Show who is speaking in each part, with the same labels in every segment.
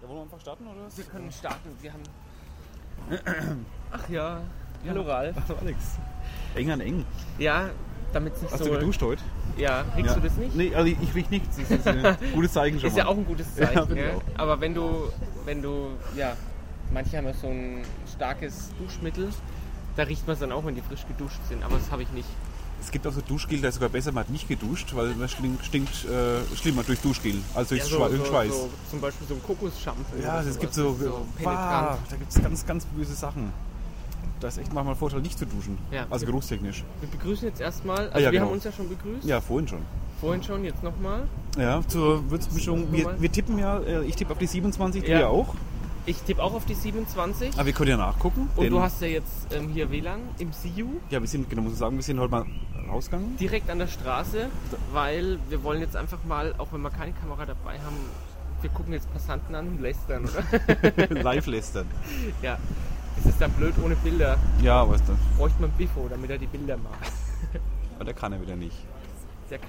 Speaker 1: Da wollen wir einfach starten, oder?
Speaker 2: Wir können starten. Wir haben. Ach ja. Hallo Ralf.
Speaker 1: Hallo Alex. Eng an eng.
Speaker 2: Ja, damit es nicht
Speaker 1: Hast
Speaker 2: so.
Speaker 1: du geduscht heute?
Speaker 2: Ja, kriegst du das nicht?
Speaker 1: Nee, also ich, ich riech nichts. Das ist ein gutes Zeichen schon
Speaker 2: Ist
Speaker 1: mal.
Speaker 2: ja auch ein gutes
Speaker 1: Ja,
Speaker 2: Zeichen,
Speaker 1: finde ich
Speaker 2: ja,
Speaker 1: auch.
Speaker 2: Aber wenn du, wenn du, ja, manche haben ja so ein starkes Duschmittel, da riecht man es dann auch, wenn die frisch geduscht sind, aber das habe ich nicht.
Speaker 1: es gibt auch so Duschgel, da ist sogar besser, man hat nicht geduscht, weil man stinkt, stinkt äh, schlimmer durch Duschgel als durch Schwe- durch Schweiß.
Speaker 2: So, zum Beispiel so ein Kokos-Shampoo.
Speaker 1: Ja,
Speaker 2: oder
Speaker 1: es
Speaker 2: sowas,
Speaker 1: gibt so,
Speaker 2: so
Speaker 1: wow,
Speaker 2: penetrant.
Speaker 1: da gibt es ganz, ganz böse Sachen. Da ist echt manchmal ein Vorteil, nicht zu duschen.
Speaker 2: Ja.
Speaker 1: Also geruchstechnisch.
Speaker 2: Wir begrüßen jetzt erstmal, also
Speaker 1: ja,
Speaker 2: wir
Speaker 1: genau.
Speaker 2: haben uns ja schon begrüßt,
Speaker 1: Ja, vorhin schon.
Speaker 2: vorhin schon, jetzt nochmal.
Speaker 1: Ja, zur Würzmischung. Wir,
Speaker 2: Nochmal.
Speaker 1: wir tippen ja, äh, ich tippe auf die 27, du ja,
Speaker 2: Ja.
Speaker 1: auch.
Speaker 2: Ich tippe auch auf die 27
Speaker 1: Aber wir können ja nachgucken.
Speaker 2: und
Speaker 1: denn-
Speaker 2: du hast ja jetzt ähm, hier WLAN im CU,
Speaker 1: Ja, wir sind, genau, muss ich sagen, wir sind heute mal rausgegangen.
Speaker 2: direkt an der Straße, weil wir wollen jetzt einfach mal, auch wenn wir keine Kamera dabei haben, wir gucken jetzt Passanten an und lästern, oder?
Speaker 1: Live lästern.
Speaker 2: Ja, das ist dann blöd ohne Bilder.
Speaker 1: Ja, aber ist das.
Speaker 2: Bräuchte man Biffo, damit er die Bilder macht.
Speaker 1: Aber der kann er wieder nicht.
Speaker 2: Der kann,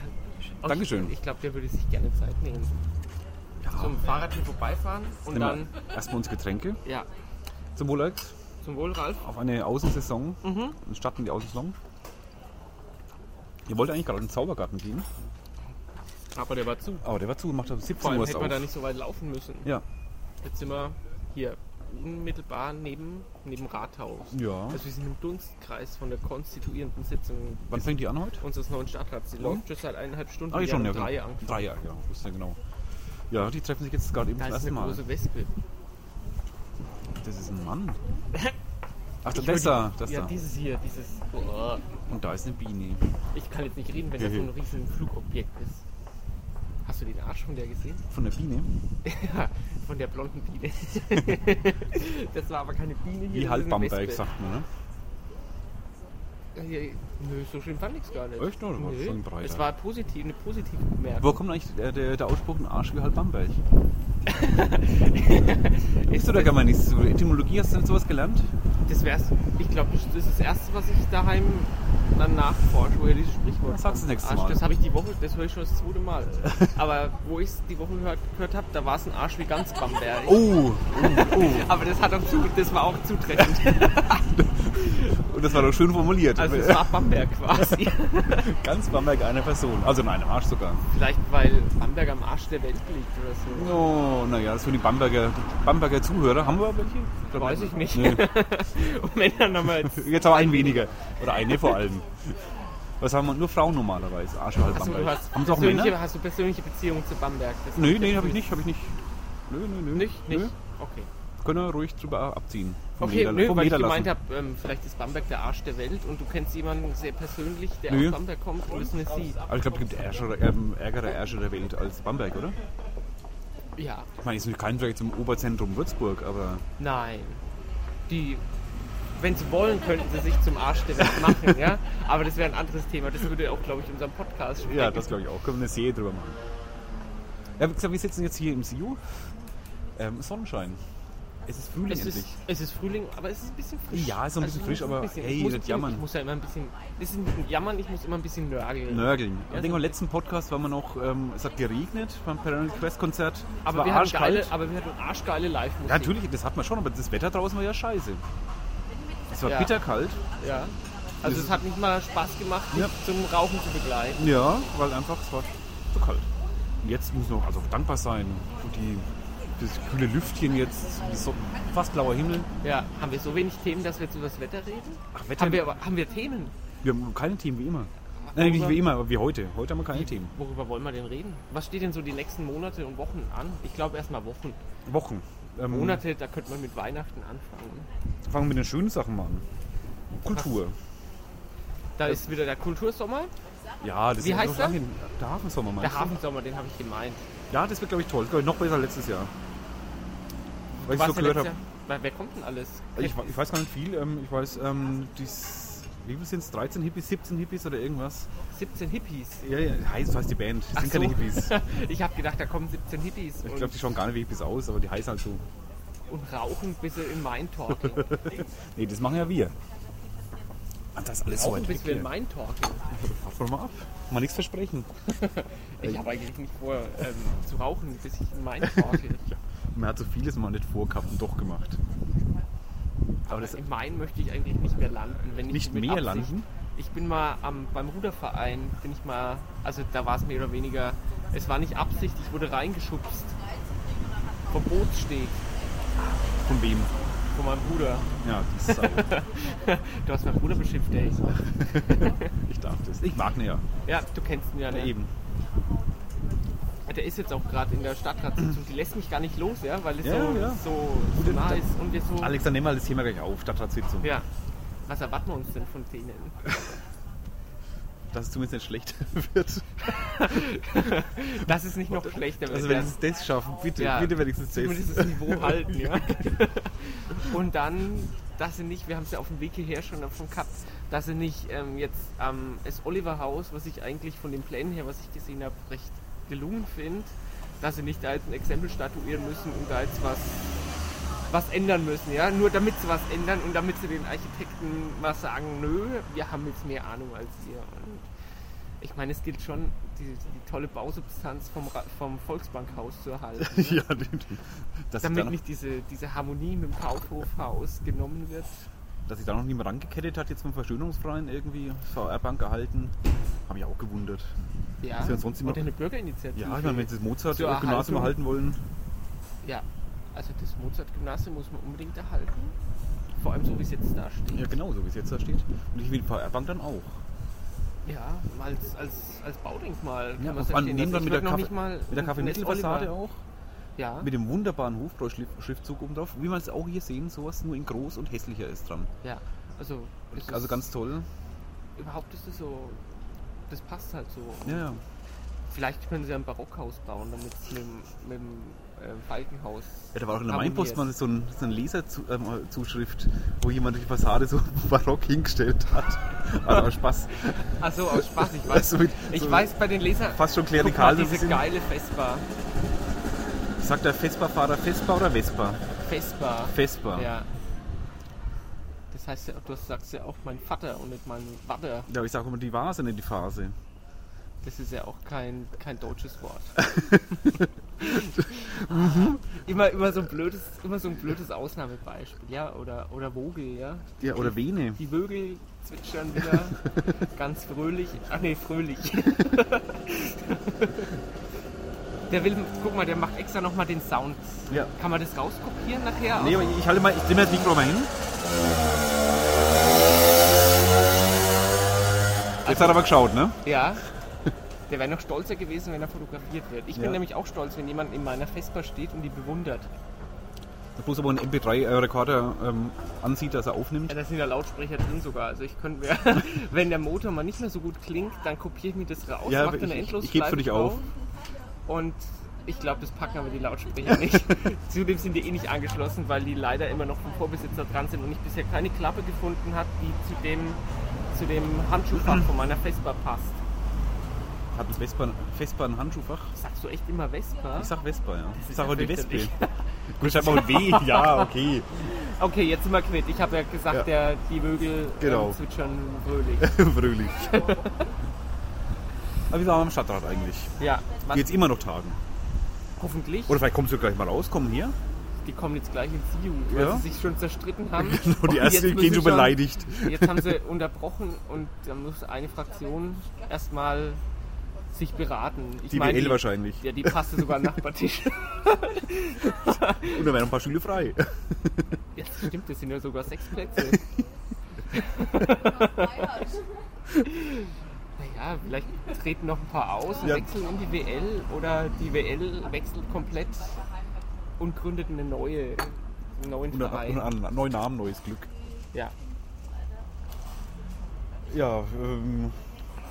Speaker 1: Dankeschön.
Speaker 2: Ich glaube, der würde sich gerne Zeit nehmen. Zum Fahrrad hier vorbeifahren und dann,
Speaker 1: Nehmen wir erstmal uns Getränke
Speaker 2: ja,
Speaker 1: zum Rolex
Speaker 2: zum Wohl, Ralf.
Speaker 1: auf eine Außensaison. Mhm. Starten die Außensaison. Ihr wollt eigentlich gerade in den Zaubergarten gehen,
Speaker 2: Aber der war zu.
Speaker 1: aber der war zu und macht um 17
Speaker 2: Vor allem
Speaker 1: Uhr erst
Speaker 2: hätte man da
Speaker 1: auf.
Speaker 2: nicht so weit laufen müssen.
Speaker 1: Ja.
Speaker 2: Jetzt sind wir hier, unmittelbar neben, neben Rathaus.
Speaker 1: Ja.
Speaker 2: Also wir sind im Dunstkreis von der konstituierenden Sitzung
Speaker 1: Wann fängt die an heute?
Speaker 2: unseres neuen Stadtrats. Die läuft schon seit eineinhalb Stunden.
Speaker 1: Ah, die
Speaker 2: Wir
Speaker 1: Hm? schon,
Speaker 2: haben
Speaker 1: ja.
Speaker 2: um drei
Speaker 1: genau.
Speaker 2: angefangen.
Speaker 1: Drei, ja, genau. Ist ja genau. Ja, die treffen sich jetzt gerade eben
Speaker 2: Da
Speaker 1: zum
Speaker 2: ist
Speaker 1: ersten
Speaker 2: eine
Speaker 1: Mal.
Speaker 2: große Wespe.
Speaker 1: Das ist ein Mann. Ach, das
Speaker 2: Ich würd-
Speaker 1: ist da. Das
Speaker 2: Ja,
Speaker 1: da.
Speaker 2: dieses hier, dieses... Boah.
Speaker 1: Und da ist eine Biene.
Speaker 2: Ich kann jetzt nicht reden, wenn das so ein riesiges Flugobjekt ist. Hast du den Arsch von der gesehen?
Speaker 1: Von der Biene?
Speaker 2: Ja, von der blonden Biene. das war aber keine Biene hier.
Speaker 1: Wie
Speaker 2: das
Speaker 1: halt
Speaker 2: ist eine
Speaker 1: Bamberg,
Speaker 2: Wespe.
Speaker 1: sagt man, ne?
Speaker 2: Ja, hier- Nö, so schlimm fand ich es gar nicht.
Speaker 1: Echt? Oder war
Speaker 2: Nö.
Speaker 1: schon breiter?
Speaker 2: Es war positiv, eine positive Bemerkung.
Speaker 1: Wo kommt eigentlich der, der, der Ausspruch ein Arsch wie halb Bamberg? Ist oder gar mal nichts? zu? Etymologie hast du nicht sowas gelernt?
Speaker 2: Das wär's, ich glaube, das ist das Erste, was ich daheim dann nachforsche, woher dieses Sprichwort
Speaker 1: Dann sagst du das nächste
Speaker 2: Arsch,
Speaker 1: Mal.
Speaker 2: Das habe ich die Woche, das höre ich schon das zweite Mal. Aber wo ich es die Woche gehört, gehört habe, da war es ein Arsch wie ganz Bamberg.
Speaker 1: Oh!
Speaker 2: Aber das hat auch zu, das war auch zutreffend.
Speaker 1: Und das war doch schön formuliert.
Speaker 2: Also es war Bamberg quasi.
Speaker 1: Ganz Bamberg einer Person. Also in einem Arsch sogar.
Speaker 2: Vielleicht weil Bamberg am Arsch der Welt liegt oder so.
Speaker 1: Oh, naja, das sind die Bamberger, Bamberger Zuhörer. Haben wir welche? Ich glaub,
Speaker 2: Weiß ich nicht.
Speaker 1: Nee.
Speaker 2: Und wenn dann nochmal jetzt.
Speaker 1: Jetzt haben wir einen weniger. Oder eine vor allem. Was haben wir? Nur Frauen normalerweise. Arsch wie halb
Speaker 2: Achso,
Speaker 1: Bamberg.
Speaker 2: du hast,
Speaker 1: haben sie auch
Speaker 2: persönliche,
Speaker 1: Männer?
Speaker 2: hast du persönliche Beziehungen zu Bamberg? Das
Speaker 1: Nö, nee, habe ich nicht. Habe ich nicht. Nö, nö, nö.
Speaker 2: Nicht? Nicht?
Speaker 1: Nö.
Speaker 2: Okay.
Speaker 1: Können wir ruhig drüber abziehen. Vom
Speaker 2: Okay,
Speaker 1: Leder-
Speaker 2: nö,
Speaker 1: vom
Speaker 2: weil ich
Speaker 1: Leder lassen.
Speaker 2: gemeint habe, ähm, vielleicht ist Bamberg der Arsch der Welt und du kennst jemanden sehr persönlich, der
Speaker 1: Nö.
Speaker 2: aus Bamberg kommt und ist eine Sie.
Speaker 1: Aber ich glaube, es gibt ärgere, ähm, ärgere Ärsche der Welt als Bamberg, oder?
Speaker 2: Ja.
Speaker 1: Ich meine, es ist kein Vergleich zum Oberzentrum Würzburg, aber
Speaker 2: Nein. Die. Wenn sie wollen, könnten sie sich zum Arsch der Welt machen, ja? Aber das wäre ein anderes Thema. Das würde auch, glaube ich, unserem Podcast sprechen.
Speaker 1: ja, das glaube ich auch. Können wir eine Serie drüber machen. Ja, wie gesagt, wir sitzen jetzt hier im CU. Ähm, Sonnenschein. Es ist Frühling
Speaker 2: Es ist,
Speaker 1: endlich.
Speaker 2: es ist Frühling, aber es ist ein bisschen frisch.
Speaker 1: Ja, ist so ein bisschen frisch, aber hey,
Speaker 2: ich muss,
Speaker 1: nicht jammern.
Speaker 2: Ich muss ja immer ein bisschen, das ist ein bisschen jammern, ich muss immer ein bisschen nörgeln.
Speaker 1: Nörgeln.
Speaker 2: Ja,
Speaker 1: ich denke, im letzten Podcast war man noch, ähm, es hat geregnet beim Paranoid Quest Konzert. Es
Speaker 2: aber,
Speaker 1: war
Speaker 2: wir hatten
Speaker 1: arschkalt.
Speaker 2: geile, aber wir hatten arschgeile Live-Musik.
Speaker 1: Ja, natürlich, das hat man schon, aber das Wetter draußen war ja scheiße. Es war
Speaker 2: Ja.
Speaker 1: bitterkalt.
Speaker 2: Ja. Also es hat nicht mal Spaß gemacht, mich
Speaker 1: Ja.
Speaker 2: zum Rauchen zu begleiten.
Speaker 1: Ja, weil einfach es war zu kalt. Und jetzt muss man auch also dankbar sein für die, das kühle Lüftchen jetzt, die so, fast blauer Himmel.
Speaker 2: Ja. Haben wir so wenig Themen, dass wir jetzt über das Wetter reden?
Speaker 1: Ach, Wetter.
Speaker 2: Haben wir, aber, haben wir Themen?
Speaker 1: wir haben keine Themen wie immer. Nein, nicht wie immer, aber wie heute. Heute haben wir keine Themen.
Speaker 2: Worüber wollen wir denn reden? Was steht denn so die nächsten Monate und Wochen an? Ich glaube erstmal Wochen.
Speaker 1: Wochen. Ähm,
Speaker 2: Monate, da könnte man mit Weihnachten anfangen.
Speaker 1: Fangen wir mit den schönen Sachen mal an. Kultur.
Speaker 2: Da ist wieder der Kultursommer,
Speaker 1: Ja, das
Speaker 2: Wie heißt
Speaker 1: noch
Speaker 2: der?
Speaker 1: lange hin. Der Hafensommer meinst
Speaker 2: der
Speaker 1: du?
Speaker 2: Hafensommer, den habe ich gemeint.
Speaker 1: Ja, das wird, glaube ich, toll. Glaub ich, noch besser als letztes Jahr. Weil ich so
Speaker 2: Warst du
Speaker 1: gehört
Speaker 2: letztes
Speaker 1: habe.
Speaker 2: Jahr- Wer- Wer kommt denn alles?
Speaker 1: Ich, we- ich weiß gar nicht viel. Ähm, ich weiß, ähm, dies, wie viel sind es? 13 Hippies, 17 Hippies oder irgendwas?
Speaker 2: 17 Hippies.
Speaker 1: Ja, ja, heißt, so heißt die Band. Das sind
Speaker 2: Ach so.
Speaker 1: keine Hippies.
Speaker 2: Ich habe gedacht, da kommen 17 Hippies
Speaker 1: Ich
Speaker 2: und,
Speaker 1: glaube, die schauen gar nicht wie Hippies aus, aber die heißen halt so.
Speaker 2: und rauchen bis sie in Main talken.
Speaker 1: Nee, das machen ja wir. Ach, das ist alles so
Speaker 2: Rauchen
Speaker 1: weit weg
Speaker 2: bis wir in
Speaker 1: hier.
Speaker 2: Main talken.
Speaker 1: Warte mal ab. Mal nichts versprechen.
Speaker 2: Ich habe eigentlich nicht vor ähm, zu rauchen, bis ich in Main talke.
Speaker 1: man hat so vieles mal nicht vorgehabt und doch gemacht. Aber das,
Speaker 2: Im Main möchte ich eigentlich nicht mehr landen. Wenn ich
Speaker 1: Nicht
Speaker 2: mit
Speaker 1: mehr
Speaker 2: Absicht-
Speaker 1: landen?
Speaker 2: Ich bin mal am, beim Ruderverein, bin ich mal, also da war es mehr oder weniger, es war nicht Absicht, ich wurde reingeschubst. Vom Bootssteg,
Speaker 1: von wem?
Speaker 2: von meinem Bruder.
Speaker 1: Ja, die Sau.
Speaker 2: Du hast meinen Bruder beschimpft, ey.
Speaker 1: ich darf das. Ich mag ihn ja.
Speaker 2: Ja, du kennst ihn ja,
Speaker 1: Ja,
Speaker 2: ne?
Speaker 1: eben.
Speaker 2: Der ist jetzt auch gerade in der Stadtratssitzung. Die lässt mich gar nicht los, ja, weil es
Speaker 1: Ja,
Speaker 2: so,
Speaker 1: ja.
Speaker 2: so, so nah ist und wir so.
Speaker 1: Alex, dann nehmen wir das Thema gleich auf, Stadtratssitzung.
Speaker 2: Ja. Was erwarten wir uns denn von denen?
Speaker 1: Dass es zumindest nicht schlecht wird.
Speaker 2: Das ist nicht noch schlechter.
Speaker 1: Also
Speaker 2: wenn
Speaker 1: wenn
Speaker 2: das-
Speaker 1: es das schaffen, bitte,
Speaker 2: Ja.
Speaker 1: bitte wenigstens das.
Speaker 2: zumindest das Niveau halten, ja. Und dann, dass sie nicht, wir haben es ja auf dem Weg hierher schon davon gehabt, dass sie nicht ähm, jetzt am S. Oliver Haus, was ich eigentlich von den Plänen her, was ich gesehen habe, recht gelungen finde, dass sie nicht da jetzt ein Exempel statuieren müssen und da jetzt was was ändern müssen, ja, nur damit sie was ändern und damit sie den Architekten was sagen, nö, wir haben jetzt mehr Ahnung als ihr. Und ich meine, es gilt schon, die, die tolle Bausubstanz vom, Ra- vom Volksbankhaus zu erhalten. ne?
Speaker 1: ja, die- die- dass, ich da
Speaker 2: Damit
Speaker 1: noch,
Speaker 2: nicht diese, diese Harmonie mit dem Kaufhofhaus genommen wird.
Speaker 1: dass sich da noch niemand rangekettet hat, jetzt vom Verstöhnungsfreien irgendwie, VR-Bank erhalten, habe ich auch gewundert.
Speaker 2: Ja.
Speaker 1: Ist ja sonst immer-
Speaker 2: Oder eine Bürgerinitiative.
Speaker 1: Ja, ich meine, wenn sie das
Speaker 2: Zur
Speaker 1: Mozart-Gymnasium
Speaker 2: Erhaltung.
Speaker 1: erhalten wollen,
Speaker 2: ja. Also das Mozart-Gymnasium muss man unbedingt erhalten. Vor allem so wie es jetzt da steht.
Speaker 1: ja genau, so wie es jetzt da steht. Und ich will die VR-Bank dann auch.
Speaker 2: Ja, als, als, als Baudenkmal kann
Speaker 1: Ja,
Speaker 2: man
Speaker 1: auf
Speaker 2: es
Speaker 1: an,
Speaker 2: erstellen
Speaker 1: nehmen
Speaker 2: lassen.
Speaker 1: dann
Speaker 2: Ich
Speaker 1: mit
Speaker 2: würd
Speaker 1: der,
Speaker 2: noch
Speaker 1: Kaffee,
Speaker 2: nicht mal
Speaker 1: mit der
Speaker 2: ein- ein
Speaker 1: Kaffee-Mittelfassade
Speaker 2: Oliver-
Speaker 1: auch,
Speaker 2: Ja,
Speaker 1: mit dem wunderbaren Hofbräu-Schriftzug oben drauf. Wie man es auch hier sehen, sowas nur in groß und hässlicher ist dran.
Speaker 2: ja. Also, es
Speaker 1: Also
Speaker 2: ist-
Speaker 1: ganz toll.
Speaker 2: Überhaupt ist es so... Das passt halt so.
Speaker 1: Ja, ja.
Speaker 2: Vielleicht können sie ein Barockhaus bauen, damit es mit, dem- mit dem äh, Falkenhaus...
Speaker 1: Ja, da war auch in der
Speaker 2: harmoniert.
Speaker 1: Mainpost mal so, ein, so eine Leserzuschrift, wo jemand die Fassade so barock hingestellt hat. Also aus Spaß.
Speaker 2: Ach so, aus Spaß, ich weiß.
Speaker 1: So mit-
Speaker 2: ich
Speaker 1: so
Speaker 2: weiß bei den Lesern.
Speaker 1: Fast schon
Speaker 2: Guck
Speaker 1: klerikal.
Speaker 2: mal,
Speaker 1: so ein
Speaker 2: Oh diese
Speaker 1: bisschen.
Speaker 2: geile Vespa.
Speaker 1: Sagt der Vespa-Fahrer Vespa oder Vespa?
Speaker 2: Vespa.
Speaker 1: Vespa.
Speaker 2: Ja. Das heißt ja, du sagst ja auch mein Vater und nicht mein Vater.
Speaker 1: Ja, aber ich sage immer die Vase, nicht die Phase.
Speaker 2: Das ist ja auch kein, kein deutsches Wort. immer, immer, so ein blödes, immer so ein blödes Ausnahmebeispiel, ja? Oder, oder Vogel, ja?
Speaker 1: Ja, oder Vene.
Speaker 2: Die Vögel zwitschern wieder ganz fröhlich. Ach nee, fröhlich. der will, guck mal, der macht extra nochmal den Sound.
Speaker 1: Ja.
Speaker 2: Kann man das rauskopieren nachher?
Speaker 1: Nee, aber ich halte mal, ich nehme das Mikro mal hin. Jetzt hat er aber geschaut, ne?
Speaker 2: ja. Der wäre noch stolzer gewesen, wenn er fotografiert wird. Ich
Speaker 1: Ja.
Speaker 2: bin nämlich auch stolz, wenn jemand in meiner Vespa steht und die bewundert.
Speaker 1: Da muss aber ein MP3-Rekorder äh, ähm, ansieht, dass er
Speaker 2: Ja,
Speaker 1: aufnimmt.
Speaker 2: da sind ja Lautsprecher drin sogar. Also ich könnte mir, wenn der Motor mal nicht mehr so gut klingt, dann kopiere ich mir das raus,
Speaker 1: Ja,
Speaker 2: mach
Speaker 1: ich-
Speaker 2: da eine
Speaker 1: ich- ich
Speaker 2: Endlosschleife
Speaker 1: geb's für dich
Speaker 2: drauf.
Speaker 1: auf.
Speaker 2: Und ich glaube, das packen aber die Lautsprecher nicht. Zudem sind die eh nicht angeschlossen, weil die leider immer noch vom Vorbesitzer dran sind und ich bisher keine Klappe gefunden habe, die zu dem, zu dem Handschuhfach von meiner Vespa passt.
Speaker 1: Hat ein Vespa, Vespa ein Handschuhfach?
Speaker 2: Sagst du echt immer Vespa?
Speaker 1: Ich sag Vespa, ja. Ich
Speaker 2: ist
Speaker 1: sag
Speaker 2: ja
Speaker 1: auch die Wespe.
Speaker 2: fürchterlich.
Speaker 1: Gut, schreib mal ein W. Ja, okay.
Speaker 2: Okay, jetzt sind wir quitt. Ich habe ja gesagt,
Speaker 1: Ja.
Speaker 2: Der, die Vögel
Speaker 1: Genau.
Speaker 2: ähm, zwitschern fröhlich.
Speaker 1: Fröhlich. Aber wie sagen wir am Stadtrat eigentlich?
Speaker 2: Ja, was,
Speaker 1: Die jetzt immer noch tagen.
Speaker 2: hoffentlich.
Speaker 1: Oder vielleicht kommst du gleich mal raus, kommen hier.
Speaker 2: Die kommen jetzt gleich ins Ju, weil
Speaker 1: Ja.
Speaker 2: sie sich schon zerstritten haben.
Speaker 1: Und die
Speaker 2: jetzt
Speaker 1: ersten
Speaker 2: müssen
Speaker 1: gehen schon beleidigt.
Speaker 2: Jetzt haben sie unterbrochen und dann muss eine Fraktion erstmal sich beraten. Ich
Speaker 1: Die
Speaker 2: meine,
Speaker 1: BL wahrscheinlich.
Speaker 2: Ja, die passte sogar an den Nachbartisch.
Speaker 1: Und da wären noch ein paar Schüler frei.
Speaker 2: Jetzt stimmt, das sind ja sogar sechs Plätze. naja, vielleicht treten noch ein paar aus und
Speaker 1: Ja.
Speaker 2: wechseln in die WL oder die WL wechselt komplett und gründet eine neue, einen neuen
Speaker 1: Und
Speaker 2: Verein.
Speaker 1: einen neuen Namen, neues Glück.
Speaker 2: Ja.
Speaker 1: Ja, ähm,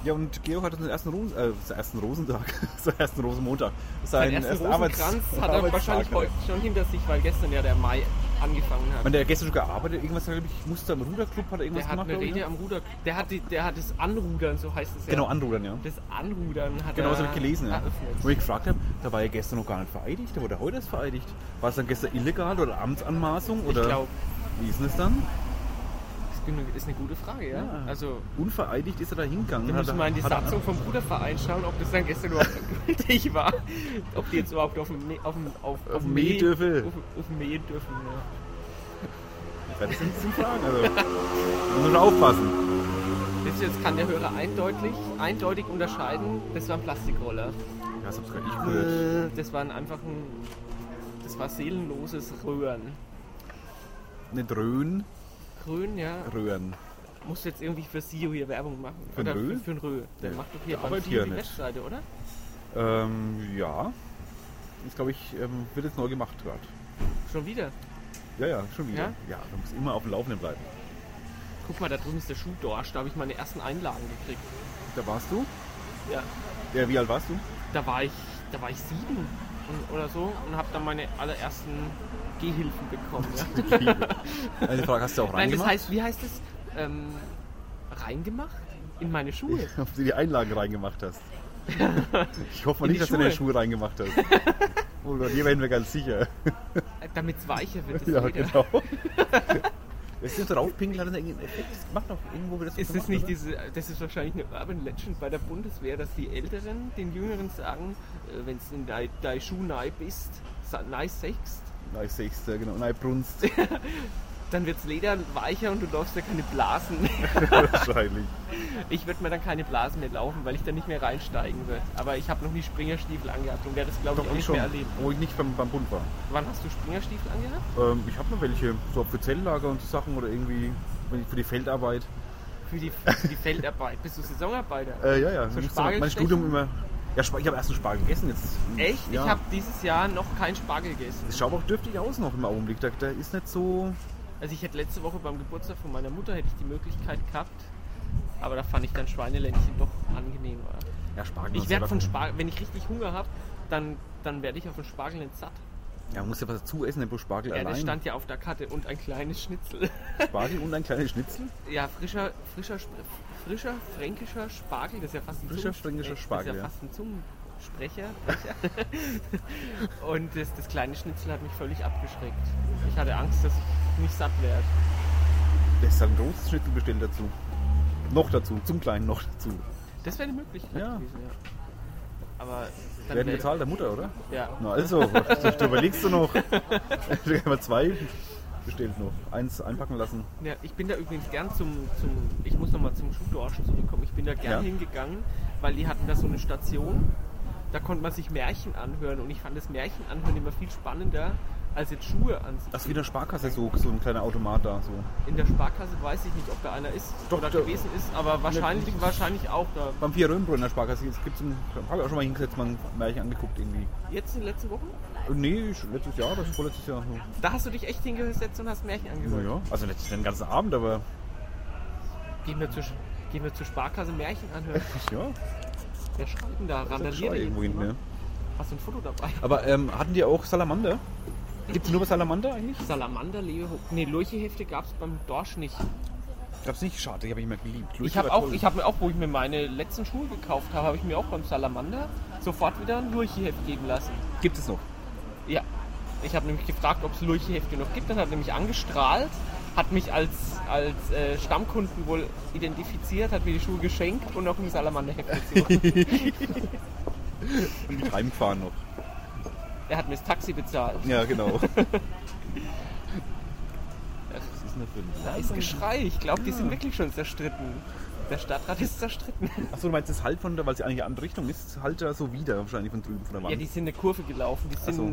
Speaker 1: ja und Georg hat seinen ersten, Rosen, äh, seinen ersten Rosentag, seinen ersten Rosenmontag,
Speaker 2: Seinen
Speaker 1: seinen
Speaker 2: ersten
Speaker 1: ersten Arbeits
Speaker 2: Rosenkranz hat er
Speaker 1: Arbeitstag
Speaker 2: wahrscheinlich heute schon hinter sich, weil gestern ja der Mai angefangen hat.
Speaker 1: Und der hat gestern schon gearbeitet, irgendwas, glaube ich, musste am Ruderclub, hat er irgendwas
Speaker 2: Der hat
Speaker 1: gemacht,
Speaker 2: eine
Speaker 1: glaub ich,
Speaker 2: Rede
Speaker 1: ne?
Speaker 2: am Ruder. Der hat, die, der hat das Anrudern, so heißt es ja.
Speaker 1: Genau, anrudern, ja.
Speaker 2: Das Anrudern hat
Speaker 1: Genau,
Speaker 2: er
Speaker 1: das habe ich gelesen, ja.
Speaker 2: eröffnet.
Speaker 1: Wo ich gefragt habe, da war er gestern noch gar nicht vereidigt, da wurde er heute erst vereidigt. War es dann gestern illegal oder Amtsanmaßung? Oder
Speaker 2: Ich glaube,
Speaker 1: Wie ist denn das dann?
Speaker 2: ich ist eine gute Frage, ja.
Speaker 1: Ja.
Speaker 2: Also,
Speaker 1: Unvereidigt ist er da hingegangen.
Speaker 2: wir
Speaker 1: hat
Speaker 2: müssen
Speaker 1: er-
Speaker 2: mal in die
Speaker 1: hat er-
Speaker 2: Satzung vom Bruderverein schauen, ob das dann gestern überhaupt gültig war. Ob die jetzt überhaupt auf dem Me- auf dem auf, auf,
Speaker 1: dem
Speaker 2: dem
Speaker 1: Mehl dürfen.
Speaker 2: Auf, auf dem Mehl dürfen, ja.
Speaker 1: Ja, Das sind zum Fragen. Also, da muss man aufpassen.
Speaker 2: Wisst ihr, Jetzt kann der Hörer eindeutig, eindeutig unterscheiden, das war ein Plastikroller.
Speaker 1: Ja, das hab's gerade ich gehört.
Speaker 2: Das war ein einfach ein. Das war seelenloses Röhren.
Speaker 1: Nicht Röhren,
Speaker 2: Grün, ja.
Speaker 1: Röhren.
Speaker 2: Musst du jetzt irgendwie für Sio hier Werbung machen?
Speaker 1: Für den
Speaker 2: oder
Speaker 1: Rö?
Speaker 2: Für, für den Rö. Der
Speaker 1: Nee,
Speaker 2: macht doch hier
Speaker 1: der
Speaker 2: beim
Speaker 1: arbeitet
Speaker 2: Sio
Speaker 1: hier
Speaker 2: die
Speaker 1: nicht.
Speaker 2: Webseite, oder?
Speaker 1: Ähm, ja. Das glaube ich, ähm, wird jetzt neu gemacht gerade.
Speaker 2: Schon wieder.
Speaker 1: Ja, ja, schon wieder.
Speaker 2: Ja?
Speaker 1: Ja, du musst immer auf dem Laufenden bleiben.
Speaker 2: Guck mal, da drüben ist der Schuhdorsch. Da habe ich meine ersten Einlagen gekriegt.
Speaker 1: Da warst du?
Speaker 2: Ja.
Speaker 1: Ja, wie alt warst du?
Speaker 2: Da war ich, da war ich sieben und, oder so und habe dann meine allerersten Gehhilfen bekommen. Ja.
Speaker 1: Eine Frage hast du auch
Speaker 2: Nein, das
Speaker 1: reingemacht?
Speaker 2: heißt, wie heißt es? Ähm, reingemacht? In meine Schuhe.
Speaker 1: Ob du die Einlagen reingemacht hast. Ich hoffe mal
Speaker 2: In die
Speaker 1: nicht, dass du deine
Speaker 2: Schuhe.
Speaker 1: Schuhe reingemacht hast. Oh Gott, hier werden wir ganz sicher.
Speaker 2: Damit es Äh, weicher wird. Das
Speaker 1: Ja,
Speaker 2: Leder.
Speaker 1: genau. Wenn du draufpinkeln, hat das irgendeinen Effekt. Das macht doch irgendwo wieder so
Speaker 2: Ist das
Speaker 1: gemacht,
Speaker 2: nicht
Speaker 1: oder?
Speaker 2: diese, das ist wahrscheinlich eine Urban Legend bei der Bundeswehr, dass die Älteren den Jüngeren sagen, wenn es in dein dei Schuh nahe bist, sa- nahe sechst,
Speaker 1: Nein, sechste, genau. Nein, Brunst.
Speaker 2: dann wird's Leder weicher und du läufst ja keine Blasen mehr.
Speaker 1: Wahrscheinlich.
Speaker 2: Ich würde mir dann keine Blasen mehr laufen, weil ich dann nicht mehr reinsteigen würde. Aber ich habe noch nie Springerstiefel angehabt und werde das, glaube ich, auch nicht mehr erleben.
Speaker 1: Wo ich nicht beim, beim Bund war.
Speaker 2: Wann hast du Springerstiefel angehabt?
Speaker 1: Ähm, ich habe noch welche, so für Zelllager und so Sachen oder irgendwie wenn ich- für die Feldarbeit.
Speaker 2: Für die, für die Feldarbeit. Bist du Saisonarbeiter?
Speaker 1: Äh, ja, ja.
Speaker 2: Für
Speaker 1: ich musste
Speaker 2: Spargel
Speaker 1: mein Studium immer. Ja, Spa- ich habe erst einen Spargel gegessen jetzt.
Speaker 2: Echt?
Speaker 1: Ja.
Speaker 2: Ich habe dieses Jahr noch keinen Spargel gegessen.
Speaker 1: Das schaut auch dürftig aus noch im Augenblick. Da, da ist nicht so.
Speaker 2: Also ich hätte letzte Woche beim Geburtstag von meiner Mutter hätte ich die Möglichkeit gehabt, aber da fand ich dann Schweineländchen doch angenehmer.
Speaker 1: Ja, Spargel.
Speaker 2: Ich
Speaker 1: hast
Speaker 2: werde
Speaker 1: du
Speaker 2: von
Speaker 1: davon.
Speaker 2: Spargel, wenn ich richtig Hunger habe, dann, dann werde ich auf den Spargel nicht satt.
Speaker 1: Ja, man muss ja was dazu essen, denn bloß Spargel
Speaker 2: Ja, das
Speaker 1: allein.
Speaker 2: stand ja auf der Karte und ein kleines Schnitzel.
Speaker 1: Spargel und ein kleines Schnitzel.
Speaker 2: Ja, frischer, frischer, Sp- frischer fränkischer Spargel, das ist ja fast ein
Speaker 1: Frischer
Speaker 2: Zungensp-
Speaker 1: fränkischer
Speaker 2: äh,
Speaker 1: Spargel,
Speaker 2: Das ist ja
Speaker 1: ja.
Speaker 2: fast ein Zungensprecher. Sprecher. und das, das kleine Schnitzel hat mich völlig abgeschreckt. Ich hatte Angst, dass ich nicht satt werde.
Speaker 1: Das ist dann ein großes Schnitzel bestellt dazu. Noch dazu, zum Kleinen noch dazu.
Speaker 2: Das wäre eine Möglichkeit
Speaker 1: Ja.
Speaker 2: gewesen, ja. Aber dann
Speaker 1: Werden
Speaker 2: wär-
Speaker 1: bezahlt der Mutter, oder?
Speaker 2: Ja.
Speaker 1: Na also, du überlegst du noch. Wir haben zwei bestellt noch. Eins einpacken lassen.
Speaker 2: ja. Ich bin da übrigens gern zum, zum ich muss nochmal zum Schuhdorschen zurückkommen, ich bin da gern
Speaker 1: Ja.
Speaker 2: hingegangen, weil die hatten da so eine Station, da konnte man sich Märchen anhören und ich fand das Märchen anhören immer viel spannender als jetzt Schuhe an sich.
Speaker 1: Das ist wie in der Sparkasse so, so ein kleiner Automat da. So.
Speaker 2: In der Sparkasse weiß ich nicht, ob da einer ist
Speaker 1: Doch,
Speaker 2: oder
Speaker 1: da-
Speaker 2: gewesen ist, aber wahrscheinlich,
Speaker 1: Ne-
Speaker 2: wahrscheinlich auch da.
Speaker 1: Beim Pia Röhmbrunnen in der Sparkasse gibt es habe ich auch schon mal hingesetzt, mal ein Märchen angeguckt irgendwie.
Speaker 2: Jetzt in den letzten Wochen?
Speaker 1: Äh, Nee, schon letztes Jahr, das ist vorletztes Jahr. so.
Speaker 2: Da hast du dich echt hingesetzt und hast Märchen angehört.
Speaker 1: Naja, also nicht den ganzen Abend, aber
Speaker 2: Gehen wir zur, gehen wir zur Sparkasse Märchen anhören.
Speaker 1: ja,
Speaker 2: Wer schreibt denn da?
Speaker 1: das
Speaker 2: Randaliert
Speaker 1: schon
Speaker 2: da
Speaker 1: irgendwo hin.
Speaker 2: jemand?
Speaker 1: Ja.
Speaker 2: Hast du ein Foto dabei?
Speaker 1: Aber ähm, hatten die auch Salamander? Gibt es nur bei Salamander eigentlich?
Speaker 2: Salamander, Leo. Nee, Lurchehefte gab es beim Dorsch nicht.
Speaker 1: Gab's nicht, schade, die habe ich immer geliebt.
Speaker 2: Ich habe auch, ich habe mir auch, wo ich mir meine letzten Schuhe gekauft habe, habe ich mir auch beim Salamander sofort wieder ein Lurcheheft geben lassen.
Speaker 1: Gibt es noch?
Speaker 2: Ja. Ich habe nämlich gefragt, ob es Lurchehefte noch gibt. Dann hat er mich angestrahlt, hat mich als, als äh, Stammkunden wohl identifiziert, hat mir die Schuhe geschenkt und noch ein Salamanderheft dazu.
Speaker 1: Und mit Heimfahren noch.
Speaker 2: er hat mir das Taxi bezahlt.
Speaker 1: Ja, genau. Was ist denn da für ein
Speaker 2: Da ist Geschrei. Ich glaube, die sind wirklich schon zerstritten. Der Stadtrat ist zerstritten.
Speaker 1: Achso, du meinst das Halt von der, weil es eigentlich eine andere Richtung ist, halt da so wieder wahrscheinlich von drüben von der Wand.
Speaker 2: Ja, die sind eine Kurve gelaufen. Die sind,
Speaker 1: so.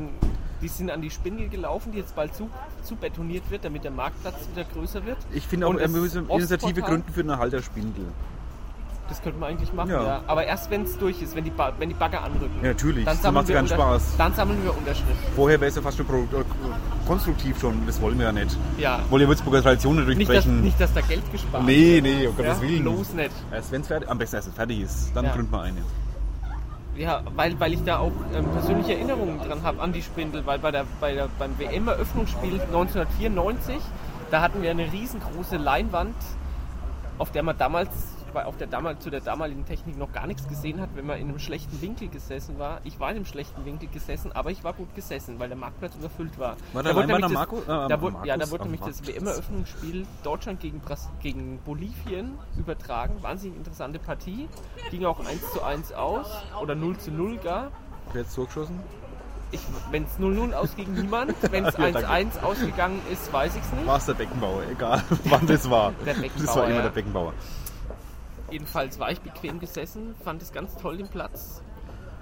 Speaker 2: die sind an die Spindel gelaufen, die jetzt bald zu, zu betoniert wird, damit der Marktplatz wieder größer wird.
Speaker 1: ich finde auch, äh,
Speaker 2: Und
Speaker 1: wir
Speaker 2: das
Speaker 1: müssen Initiative
Speaker 2: Ostportal-
Speaker 1: gründen für eine Halterspindel.
Speaker 2: Das könnte man eigentlich machen, ja.
Speaker 1: Ja.
Speaker 2: Aber erst wenn es durch ist, wenn die, Ba- wenn die Bagger anrücken.
Speaker 1: Ja, natürlich.
Speaker 2: Dann
Speaker 1: Dann
Speaker 2: sammeln,
Speaker 1: macht's
Speaker 2: wir
Speaker 1: keinen
Speaker 2: Unter-
Speaker 1: Spaß.
Speaker 2: dann sammeln wir Unterschriften.
Speaker 1: Vorher wäre es ja fast schon pro, äh, konstruktiv schon, das wollen wir ja nicht.
Speaker 2: Ja.
Speaker 1: Wollen wir Würzburger Traditionen
Speaker 2: Nicht dass,
Speaker 1: durchbrechen?
Speaker 2: nicht, dass da Geld gespart wird.
Speaker 1: nee, nee, um
Speaker 2: ja?
Speaker 1: Gottes Willen.
Speaker 2: Bloß nicht.
Speaker 1: Erst wenn's fertig, am besten erst wenn's fertig ist, dann
Speaker 2: Ja.
Speaker 1: gründen wir eine.
Speaker 2: Ja, weil, weil ich da auch ähm, persönliche Erinnerungen dran habe an die Spindel, weil bei der, bei der, beim WM-Eröffnungsspiel 1994, da hatten wir eine riesengroße Leinwand, auf der man damals weil auf der damal, zu der damaligen Technik noch gar nichts gesehen hat, wenn man in einem schlechten Winkel gesessen war. Ich war in einem schlechten Winkel gesessen, aber ich war gut gesessen, weil der Marktplatz überfüllt war.
Speaker 1: War
Speaker 2: da
Speaker 1: der
Speaker 2: wurde
Speaker 1: Leinwand
Speaker 2: nämlich
Speaker 1: am
Speaker 2: das-
Speaker 1: Marco? äh, am-
Speaker 2: da
Speaker 1: am
Speaker 2: wurde, ja, da
Speaker 1: Markus?
Speaker 2: wurde
Speaker 1: Am
Speaker 2: nämlich das
Speaker 1: Markus?
Speaker 2: WM-Eröffnungsspiel Deutschland gegen, Bras gegen Bolivien übertragen. Wahnsinnig interessante Partie. Ging auch 1 zu 1 aus oder 0 zu 0 gar.
Speaker 1: Wer jetzt zurückgeschossen?
Speaker 2: Wenn es 0-0 ausging, niemand. Wenn es
Speaker 1: Ja, danke.
Speaker 2: 1-1 ausgegangen ist, weiß ich es nicht.
Speaker 1: War es der Beckenbauer, egal wann das war.
Speaker 2: Der
Speaker 1: das
Speaker 2: Beckenbauer,
Speaker 1: war immer
Speaker 2: ja.
Speaker 1: der Beckenbauer.
Speaker 2: Jedenfalls war ich bequem gesessen, fand es ganz toll den Platz,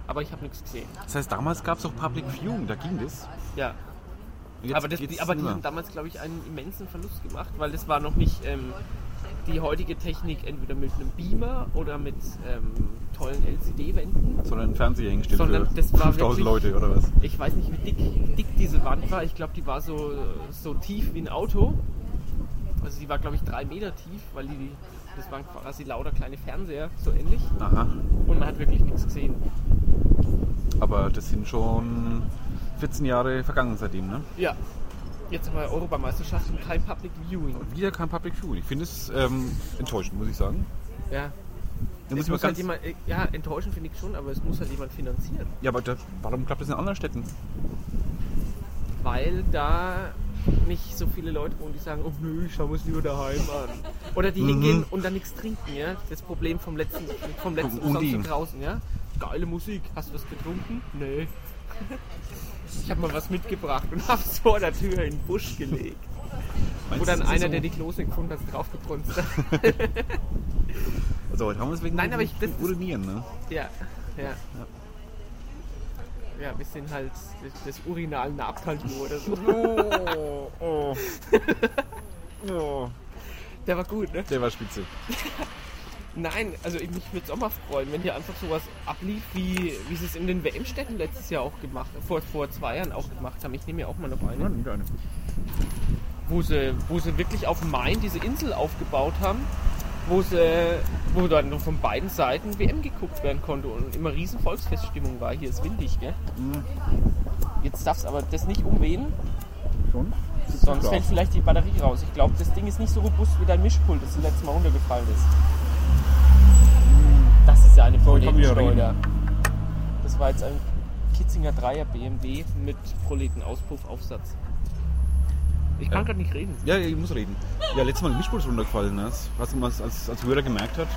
Speaker 2: aber ich habe nichts gesehen.
Speaker 1: Das heißt, damals gab es auch Public Viewing, da ging das.
Speaker 2: Ja,
Speaker 1: Jetzt
Speaker 2: aber, das,
Speaker 1: geht's
Speaker 2: die, aber die
Speaker 1: nimmer.
Speaker 2: haben damals, glaube ich, einen immensen Verlust gemacht, weil das war noch nicht ähm, die heutige Technik, entweder mit einem Beamer oder mit ähm, tollen LCD-Wänden.
Speaker 1: sondern einen Fernseher hingestellt
Speaker 2: Sondern
Speaker 1: für
Speaker 2: das war
Speaker 1: 5000
Speaker 2: wirklich-
Speaker 1: Leute oder was?
Speaker 2: Ich weiß nicht, wie dick, dick diese Wand war. Ich glaube, die war so, so tief wie ein Auto. Also die war, glaube ich, drei Meter tief, weil die, das waren quasi lauter kleine Fernseher, so ähnlich.
Speaker 1: Aha,
Speaker 2: Und man hat wirklich nichts gesehen.
Speaker 1: aber das sind schon 14 Jahre vergangen seitdem, ne?
Speaker 2: Ja. Jetzt haben wir Europameisterschaft und kein Public Viewing.
Speaker 1: Wieder kein Public Viewing. Ich finde es ähm, enttäuschend, muss ich sagen.
Speaker 2: Ja.
Speaker 1: Da
Speaker 2: Es
Speaker 1: muss ich mal
Speaker 2: muss halt
Speaker 1: ganz,
Speaker 2: jemand, äh, ja, enttäuschend finde ich schon, aber es muss halt jemand finanzieren.
Speaker 1: ja, aber da, warum klappt das in anderen Städten?
Speaker 2: Weil da nicht so viele Leute wohnen, die sagen, oh nö, ich schau mir's lieber daheim an. Oder die
Speaker 1: Mhm.
Speaker 2: hingehen und dann nichts trinken, ja. Das Problem vom letzten, vom letzten
Speaker 1: Vom
Speaker 2: Samstag
Speaker 1: Unding.
Speaker 2: draußen, ja. Geile Musik. Hast du was getrunken? Nee. Ich habe mal was mitgebracht und hab's vor der Tür in den Busch gelegt.
Speaker 1: Meinst
Speaker 2: Wo
Speaker 1: du,
Speaker 2: dann
Speaker 1: das ist
Speaker 2: einer,
Speaker 1: so?
Speaker 2: der die Klose gefunden hat, draufgebrunzt hat.
Speaker 1: Also heute haben wir es wegen
Speaker 2: Nein, aber ich- das- das-
Speaker 1: Urinieren, ne?
Speaker 2: Ja, ja. Ja, wir sind halt das- das Urinal nabt halt nur oder so.
Speaker 1: Oh, oh. oh.
Speaker 2: Der war gut, ne?
Speaker 1: Der war spitze.
Speaker 2: Nein, also ich, mich würde es auch mal freuen, wenn hier einfach sowas ablief, wie, wie sie es in den WM-Städten letztes Jahr auch gemacht vor, vor zwei Jahren auch gemacht haben. Ich nehme ja auch mal noch
Speaker 1: Ja,
Speaker 2: eine.
Speaker 1: wieder eine.
Speaker 2: Wo sie, wo sie wirklich auf dem Main diese Insel aufgebaut haben, wo sie wo dann noch von beiden Seiten WM geguckt werden konnte und immer riesen Volksfeststimmung war. Hier ist windig, gell? Jetzt darf's aber das nicht umwehen.
Speaker 1: Schon?
Speaker 2: Sonst
Speaker 1: Klar.
Speaker 2: fällt vielleicht die Batterie raus. Ich glaube, das Ding ist nicht so robust wie dein Mischpult, das letztes Mal runtergefallen ist. Das ist ja eine
Speaker 1: So, Hm. ich kann wieder
Speaker 2: Proletenschleuder. Das war jetzt ein Kitzinger 3er BMW mit Proleten-Auspuffaufsatz. Ich kann
Speaker 1: Ja.
Speaker 2: gerade nicht reden.
Speaker 1: Ja, ja, ich muss reden. Ja, letztes Mal ein Mischpult ist runtergefallen, ne? was man als, als, als Hörer gemerkt hat.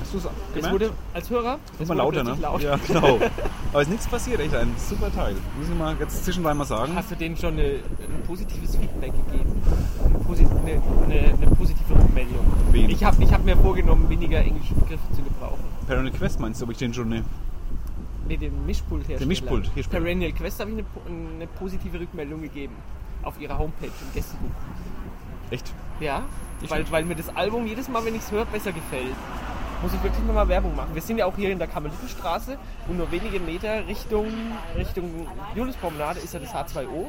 Speaker 1: Hast du es
Speaker 2: Es
Speaker 1: gemerkt?
Speaker 2: wurde als Hörer es
Speaker 1: Immer
Speaker 2: wurde
Speaker 1: lauter, ne?
Speaker 2: plötzlich laut.
Speaker 1: Ja, genau. Aber ist nichts passiert, echt ein super Teil. Muss ich mal jetzt zwischendrin mal sagen.
Speaker 2: Hast du denen schon eine, ein positives Feedback gegeben? Eine, posi eine, eine, eine positive Rückmeldung?
Speaker 1: Wen?
Speaker 2: Ich habe ich hab mir vorgenommen, weniger englische Begriffe zu gebrauchen.
Speaker 1: Parallel Quest meinst du, ob ich den schon ne?
Speaker 2: Ne, dem Mischpult herstellen.
Speaker 1: Mischpult, Mischpult.
Speaker 2: Perennial Quest habe ich eine, po- eine positive Rückmeldung gegeben. Auf ihrer Homepage im Gästebuch.
Speaker 1: Echt?
Speaker 2: Ja?
Speaker 1: Ich
Speaker 2: Weil,
Speaker 1: nicht.
Speaker 2: weil mir das Album jedes Mal, wenn ich es höre, besser gefällt. Muss ich wirklich nochmal Werbung machen. Wir sind ja auch hier in der Karmelitenstraße und nur wenige Meter Richtung, Richtung Juliuspromenade ist ja das H2O.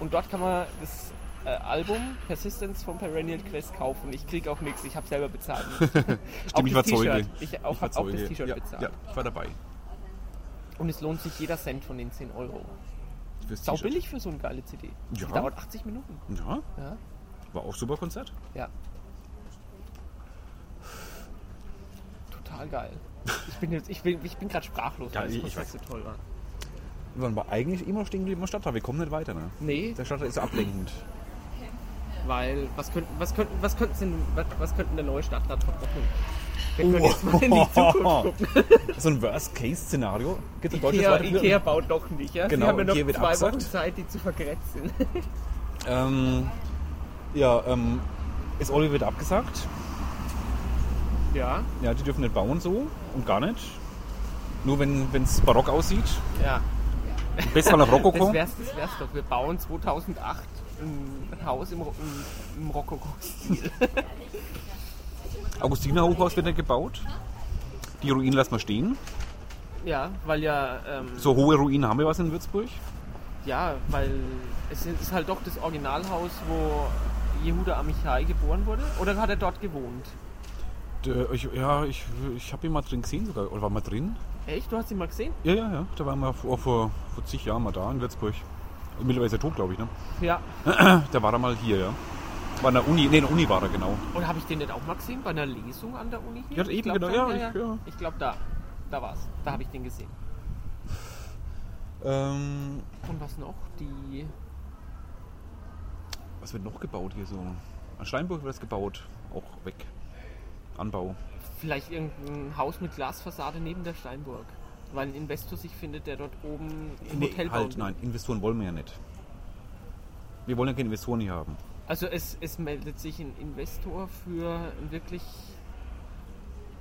Speaker 2: Und dort kann man das äh, Album Persistence von Perennial Quest kaufen. Ich krieg auch nichts, ich habe selber bezahlt. Stimmt,
Speaker 1: Stimmt, ich war Zeuge.
Speaker 2: Ich auch,
Speaker 1: war
Speaker 2: hab auch das
Speaker 1: Zeuge.
Speaker 2: T-Shirt
Speaker 1: ja,
Speaker 2: bezahlt.
Speaker 1: Ja, ich war dabei.
Speaker 2: Und es lohnt sich jeder Cent von den 10 Euro.
Speaker 1: Fürs
Speaker 2: Sau
Speaker 1: T-Shirt.
Speaker 2: billig für so eine geile CD. Die
Speaker 1: Ja.
Speaker 2: dauert 80 Minuten.
Speaker 1: Ja,
Speaker 2: Ja.
Speaker 1: war auch super Konzert.
Speaker 2: ja. Total geil. Ich bin jetzt, ich bin, ich bin gerade sprachlos,
Speaker 1: Ja,
Speaker 2: weil das
Speaker 1: ich-
Speaker 2: Konzert
Speaker 1: ich
Speaker 2: so toll war.
Speaker 1: Wir waren aber eigentlich immer stehen geblieben am Stadtteil. Wir kommen nicht weiter, ne?
Speaker 2: Nee,
Speaker 1: Der Stadtteil ist so ablenkend.
Speaker 2: weil was könnten, was könnten, was könnten, denn- was, was könnten der neue Stadtrat verbrochen? Wir
Speaker 1: Oh.
Speaker 2: können jetzt mal in die Zukunft gucken.
Speaker 1: so ein Worst-Case-Szenario. Gibt es
Speaker 2: Ikea, Ikea baut doch nicht, ja?
Speaker 1: Genau,
Speaker 2: Wir haben ja noch
Speaker 1: Ikea wird
Speaker 2: zwei
Speaker 1: abgesagt.
Speaker 2: Wochen Zeit, die zu vergrätzen.
Speaker 1: Ähm, ja, ähm, ist Oliver wird abgesagt.
Speaker 2: ja,
Speaker 1: Ja, die dürfen nicht bauen so und gar nicht. Nur wenn es barock aussieht.
Speaker 2: ja.
Speaker 1: Besser nach
Speaker 2: Das
Speaker 1: Rokoko.
Speaker 2: wär's, das wär's doch. Wir bauen 2008 ein Haus im, Ro- im, im Rokoko-Stil.
Speaker 1: Augustinerhochhaus wird nicht gebaut. Die Ruinen lassen wir stehen.
Speaker 2: Ja, weil ja, ähm,
Speaker 1: So hohe Ruinen haben wir was in Würzburg.
Speaker 2: ja, weil es ist halt doch das Originalhaus, wo Yehuda Amichai geboren wurde. Oder hat er dort gewohnt?
Speaker 1: Der- ich, ja, ich, ich habe ihn mal drin gesehen sogar. Oder war mal drin?
Speaker 2: Echt? Du hast ihn mal gesehen?
Speaker 1: Ja, ja, ja. Da waren wir vor, vor, vor zig Jahren mal da in Würzburg. Und mittlerweile ist er tot, glaube ich. Ne?
Speaker 2: Ja.
Speaker 1: Da war er mal hier, ja. Bei einer Uni, nee, in der Uni war er genau.
Speaker 2: Und habe ich den nicht auch mal gesehen bei einer Lesung an der Uni? hier?
Speaker 1: Ja, eben,
Speaker 2: Ich glaub,
Speaker 1: genau,
Speaker 2: da-
Speaker 1: ja, ich- ja.
Speaker 2: Ich glaube, da. Da war's. Da habe ich den gesehen.
Speaker 1: Ähm,
Speaker 2: Und was noch? Die.
Speaker 1: was wird noch gebaut hier so? An Steinburg wird das gebaut, auch weg. Anbau.
Speaker 2: Vielleicht irgendein Haus mit Glasfassade neben der Steinburg. Weil ein Investor sich findet, der dort oben ein Hotel bauen
Speaker 1: halt,
Speaker 2: will.
Speaker 1: nein, Investoren wollen wir ja nicht. Wir wollen ja keine Investoren hier haben.
Speaker 2: Also es, es meldet sich ein Investor für ein wirklich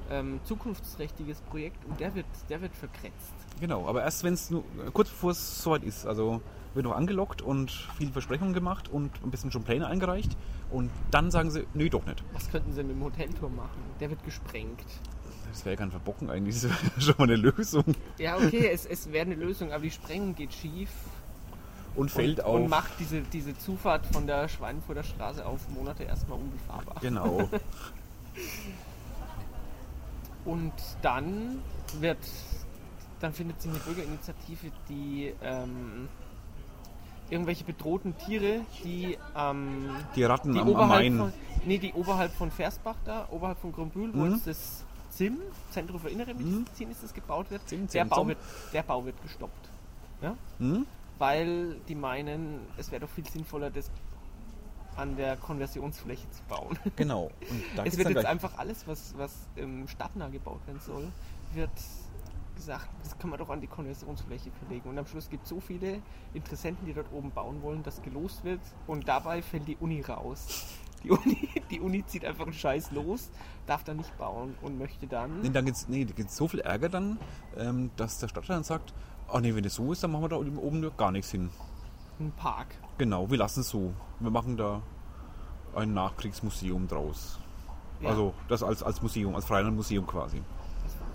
Speaker 2: ähm, zukunftsträchtiges Projekt und der wird, der wird verkretzt.
Speaker 1: Genau, aber erst wenn es nur kurz bevor es soweit ist. Also wird noch angelockt und viele Versprechungen gemacht und ein bisschen schon Pläne eingereicht und dann sagen sie, nee, doch nicht.
Speaker 2: Was könnten sie mit dem Hotelturm machen? Der wird gesprengt.
Speaker 1: Das wäre ja kein Verbocken eigentlich, das wäre schon mal eine Lösung.
Speaker 2: Ja, okay, es, es wäre eine Lösung, aber die Sprengung geht schief
Speaker 1: Und fällt
Speaker 2: und,
Speaker 1: auf.
Speaker 2: und macht diese, diese Zufahrt von der Schweinfurter Straße auf Monate erstmal unbefahrbar.
Speaker 1: Genau.
Speaker 2: Und dann wird, dann findet sich eine Bürgerinitiative, die ähm, irgendwelche bedrohten Tiere, die ähm,
Speaker 1: Die Ratten
Speaker 2: die
Speaker 1: am, am
Speaker 2: oberhalb
Speaker 1: Main.
Speaker 2: von, nee, die oberhalb von Versbach da, oberhalb von Grömbühl, wo
Speaker 1: Mhm.
Speaker 2: jetzt das ZIM, Zentrum für Innere Medizin ist das gebaut wird,
Speaker 1: ZIM,
Speaker 2: der,
Speaker 1: ZIM,
Speaker 2: Bau
Speaker 1: ZIM.
Speaker 2: wird, der Bau wird gestoppt. Ja?
Speaker 1: Hm?
Speaker 2: Weil die meinen, es wäre doch viel sinnvoller, das an der Konversionsfläche zu bauen.
Speaker 1: Genau. Und da
Speaker 2: es
Speaker 1: geht's
Speaker 2: wird
Speaker 1: dann
Speaker 2: jetzt
Speaker 1: gleich-
Speaker 2: einfach alles, was, was ähm, stadtnah gebaut werden soll, wird gesagt, das kann man doch an die Konversionsfläche verlegen. Und am Schluss gibt es so viele Interessenten, die dort oben bauen wollen, dass gelost wird und dabei fällt die Uni raus. Die Uni, die Uni zieht einfach einen Scheiß los, darf dann nicht bauen und möchte
Speaker 1: Nee,
Speaker 2: dann.
Speaker 1: dann gibt's, nee, da gibt's so viel Ärger dann, ähm, dass der Stadtteil dann sagt, ah nee, wenn das so ist, dann machen wir da oben oben gar nichts hin.
Speaker 2: Ein Park.
Speaker 1: Genau, wir lassen es so. Wir machen da ein Nachkriegsmuseum draus.
Speaker 2: Ja.
Speaker 1: Also das als, als Museum, als Freilandmuseum quasi.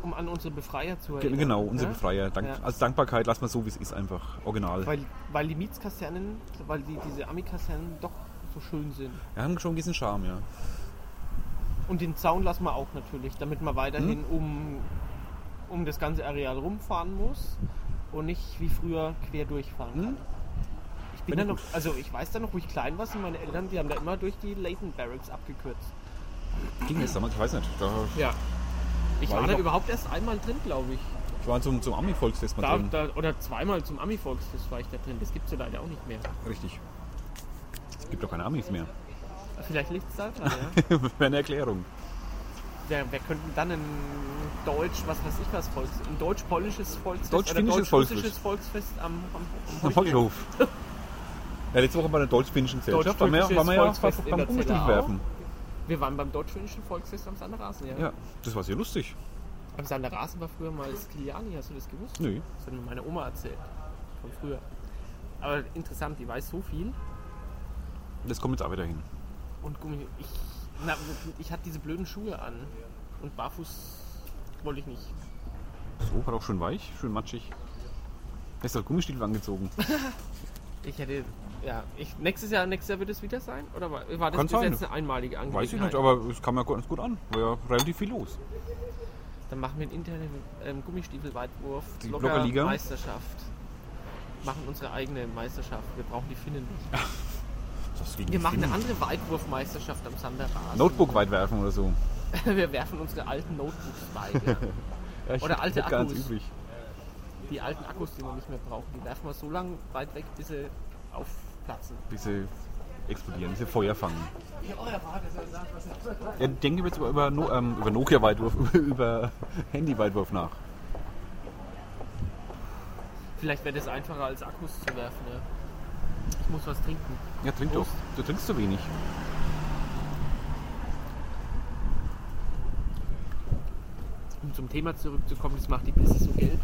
Speaker 2: Um an unsere Befreier zu
Speaker 1: Ge-
Speaker 2: erinnern.
Speaker 1: genau, unsere
Speaker 2: ne?
Speaker 1: Befreier. Dank,
Speaker 2: Ja.
Speaker 1: Als Dankbarkeit lassen wir es so, wie es ist, einfach original.
Speaker 2: Weil, weil die Mietskasernen, weil die, diese Ami-Kasernen doch so schön sind.
Speaker 1: wir haben schon diesen Charme, ja.
Speaker 2: Und den Zaun lassen wir auch natürlich, damit man weiterhin
Speaker 1: Mhm.
Speaker 2: um, um das ganze Areal rumfahren muss und nicht wie früher quer durchfahren kann.
Speaker 1: Hm?
Speaker 2: Ich bin
Speaker 1: Bin
Speaker 2: da
Speaker 1: ich
Speaker 2: noch, also ich weiß da noch, wo ich klein war, sind meine Eltern, die haben da immer durch die Leighton Barracks abgekürzt.
Speaker 1: Ging das damals? Ich weiß nicht. Da,
Speaker 2: Ja. Ich
Speaker 1: War
Speaker 2: war,
Speaker 1: ich
Speaker 2: da
Speaker 1: noch-
Speaker 2: überhaupt erst einmal drin, glaube ich.
Speaker 1: ich war zum, zum Ami-Volksfest mal
Speaker 2: Da,
Speaker 1: drin.
Speaker 2: da, oder zweimal zum Ami-Volksfest war ich da drin. Das gibt es ja leider auch nicht mehr.
Speaker 1: Richtig. Es gibt doch keine Amis mehr.
Speaker 2: Vielleicht liegt es da dran, ja.
Speaker 1: Wäre eine Erklärung.
Speaker 2: wer, wer könnte dann ein Deutsch, was weiß ich was, Volks, ein deutsch-polnisches Volksfest
Speaker 1: Deutsch-finnisches
Speaker 2: deutsch-russisches Volksfest am, am, am
Speaker 1: Am Volkshof. Ja, letzte Woche bei der deutsch-finnischen Gesellschaft waren wir,
Speaker 2: Deutsch-türkisches
Speaker 1: waren wir ja
Speaker 2: Volksfest
Speaker 1: beim
Speaker 2: in der
Speaker 1: beim
Speaker 2: Zelle
Speaker 1: Umstichwerfen.
Speaker 2: Wir waren beim deutsch-finnischen Volksfest am Sanderrasen, ja.
Speaker 1: Ja, das war sehr lustig.
Speaker 2: Am Sanderrasen war früher mal das Kiliani, hast du das gewusst?
Speaker 1: Nö.
Speaker 2: Das hat mir meine Oma erzählt. Von früher. Aber interessant, die weiß so viel.
Speaker 1: Das kommt jetzt auch wieder hin.
Speaker 2: Und Gummi, ich, na, ich hatte diese blöden Schuhe an. Und barfuß wollte ich nicht.
Speaker 1: Das Ohr war auch schön weich, schön matschig. Besser Gummistiefel angezogen.
Speaker 2: Ich hätte, ja, ich, nächstes Jahr, nächstes Jahr wird es wieder sein? Oder war, war das
Speaker 1: Kann
Speaker 2: bis
Speaker 1: sein.
Speaker 2: jetzt eine einmalige Angelegenheit?
Speaker 1: Weiß ich nicht, aber es kam ja ganz gut an. War ja relativ viel los.
Speaker 2: Dann machen wir einen internen ähm, Gummistiefelweitwurf.
Speaker 1: Die Blockerliga.
Speaker 2: Meisterschaft. Machen unsere eigene Meisterschaft. Wir brauchen die Finnen nicht.
Speaker 1: Das ging
Speaker 2: Wir machen eine andere Weitwurfmeisterschaft am Sanderrasen.
Speaker 1: Notebook weitwerfen oder so.
Speaker 2: Wir werfen unsere alten Notebooks weit. Ja.
Speaker 1: Ja, ich
Speaker 2: Oder
Speaker 1: hätte
Speaker 2: alte
Speaker 1: gar nichts
Speaker 2: Akkus.
Speaker 1: übrig.
Speaker 2: Die alten Akkus, die wir nicht mehr brauchen, die werfen wir so lange weit weg, bis sie aufplatzen.
Speaker 1: Diese explodieren, diese Feuer fangen. Ja, denken wir jetzt über, über, no ähm, über Nokia-Weitwurf, über, über Handy-Weitwurf nach.
Speaker 2: Vielleicht wäre das einfacher als Akkus zu werfen. Ja. Ich muss was trinken.
Speaker 1: Ja, trink doch.
Speaker 2: Prost.
Speaker 1: Du trinkst zu wenig.
Speaker 2: Um zum Thema zurückzukommen, das macht die Pisse so gelb.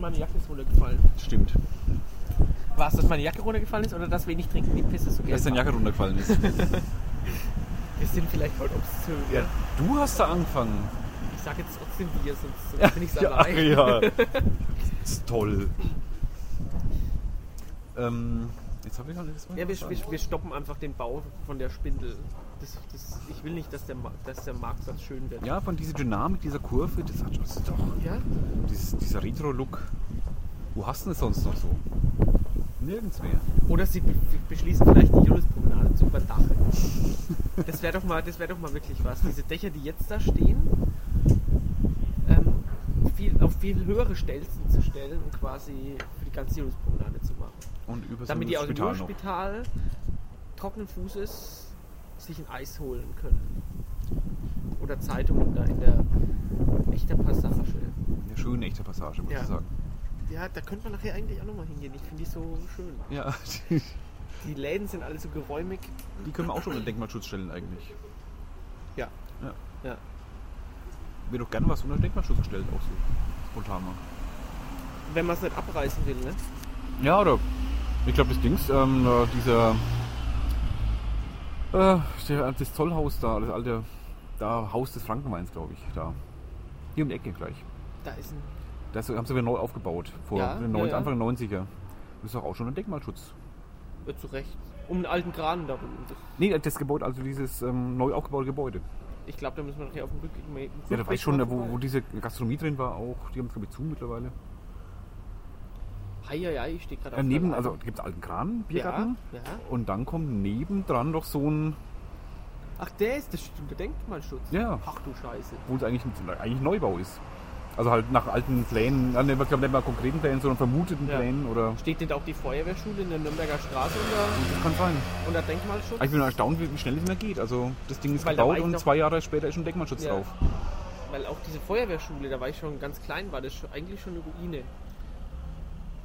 Speaker 2: Meine Jacke ist runtergefallen.
Speaker 1: Stimmt.
Speaker 2: War es, dass meine Jacke runtergefallen ist oder dass wenig trinken die Pisse so gelb
Speaker 1: Dass deine
Speaker 2: macht?
Speaker 1: Jacke runtergefallen ist.
Speaker 2: Wir sind vielleicht heute obszön.
Speaker 1: Du hast da angefangen.
Speaker 2: Ich sage jetzt trotzdem wir, sonst, sonst bin ich es allein.
Speaker 1: ja. ist toll. ähm, jetzt habe ich noch nichts mehr.
Speaker 2: Ja, wir,
Speaker 1: zu
Speaker 2: wir,
Speaker 1: sagen.
Speaker 2: wir stoppen einfach den Bau von der Spindel. Das, das, ich will nicht, dass der, Ma- dass der Marktplatz schön wird.
Speaker 1: ja, von dieser Dynamik, dieser Kurve, das hat das ist doch
Speaker 2: Ja?
Speaker 1: dieses, dieser Retro-Look. Wo hast du denn das sonst noch so? Nirgends mehr.
Speaker 2: Oder sie be- beschließen vielleicht die Juliuspromenade zu überdachen. Das wäre doch, mal- das wär doch mal wirklich was. Diese Dächer, die jetzt da stehen, ähm, viel, auf viel höhere Stelzen zu stellen und quasi für die ganze Juliuspromenade zu machen.
Speaker 1: Und übers
Speaker 2: Damit die aus dem
Speaker 1: Spital noch.
Speaker 2: Spital trockenen Fußes sich ein Eis holen können. Oder Zeitungen da in der echter Passage.
Speaker 1: Eine schöne echte Passage, muss
Speaker 2: Ja.
Speaker 1: ich sagen.
Speaker 2: Ja, da könnte man nachher eigentlich auch nochmal hingehen. Ich finde die so schön.
Speaker 1: Ja, die,
Speaker 2: Die Läden sind alle so geräumig.
Speaker 1: die können wir auch schon in den Denkmalschutz stellen eigentlich.
Speaker 2: Ja.
Speaker 1: Ja.
Speaker 2: ja.
Speaker 1: Wäre doch gerne was unter den Denkmalschutz gestellt, auch so. Spontan mal.
Speaker 2: Wenn man es nicht abreißen will, ne?
Speaker 1: Ja, oder ich glaube, das Dings, ähm, äh, dieser, äh, der, das Zollhaus da, das alte da, Haus des Frankenweins, glaube ich, da. Hier um die Ecke gleich.
Speaker 2: Da ist ein.
Speaker 1: Das haben sie wieder neu aufgebaut, vor
Speaker 2: Ja,
Speaker 1: den
Speaker 2: ja,
Speaker 1: 90,
Speaker 2: ja.
Speaker 1: Anfang der 90er. Das ist doch auch schon ein Denkmalschutz.
Speaker 2: Ja, zu Recht. Um einen alten Kran darum. Das,
Speaker 1: Nee, das Gebäude, also dieses ähm, neu aufgebaute Gebäude.
Speaker 2: ich glaube, da müssen wir nachher auf dem Rückweg. im
Speaker 1: Ja, da
Speaker 2: Rückweg
Speaker 1: weiß ich schon,
Speaker 2: mal
Speaker 1: wo,
Speaker 2: vorbei.
Speaker 1: wo diese Gastronomie drin war auch. Die haben es, glaube ich, zu mittlerweile.
Speaker 2: Hei, hei, hei, ich stehe gerade
Speaker 1: Äh,
Speaker 2: auf.
Speaker 1: neben,
Speaker 2: der
Speaker 1: also
Speaker 2: Lage.
Speaker 1: gibt es alten Kran,
Speaker 2: ja,
Speaker 1: Biergarten.
Speaker 2: ja.
Speaker 1: Und dann kommt nebendran doch so ein,
Speaker 2: Ach, der ist das stimmt, der Denkmalschutz.
Speaker 1: Ja.
Speaker 2: Ach du Scheiße.
Speaker 1: wo es eigentlich, eigentlich Neubau ist. Also halt nach alten Plänen, äh, nee, ich glaube nicht mal konkreten Plänen, sondern vermuteten
Speaker 2: Ja.
Speaker 1: Plänen oder.
Speaker 2: Steht denn da auch die Feuerwehrschule in der Nürnberger Straße unter,
Speaker 1: Das kann sein.
Speaker 2: unter Denkmalschutz?
Speaker 1: Aber Ich bin erstaunt, wie wie schnell es mehr geht. Also das Ding ist
Speaker 2: Weil da war
Speaker 1: gebaut
Speaker 2: ich
Speaker 1: und
Speaker 2: noch-
Speaker 1: zwei Jahre später ist schon Denkmalschutz
Speaker 2: Ja.
Speaker 1: drauf.
Speaker 2: Weil auch diese Feuerwehrschule, da war ich schon ganz klein, war das schon, eigentlich schon eine Ruine.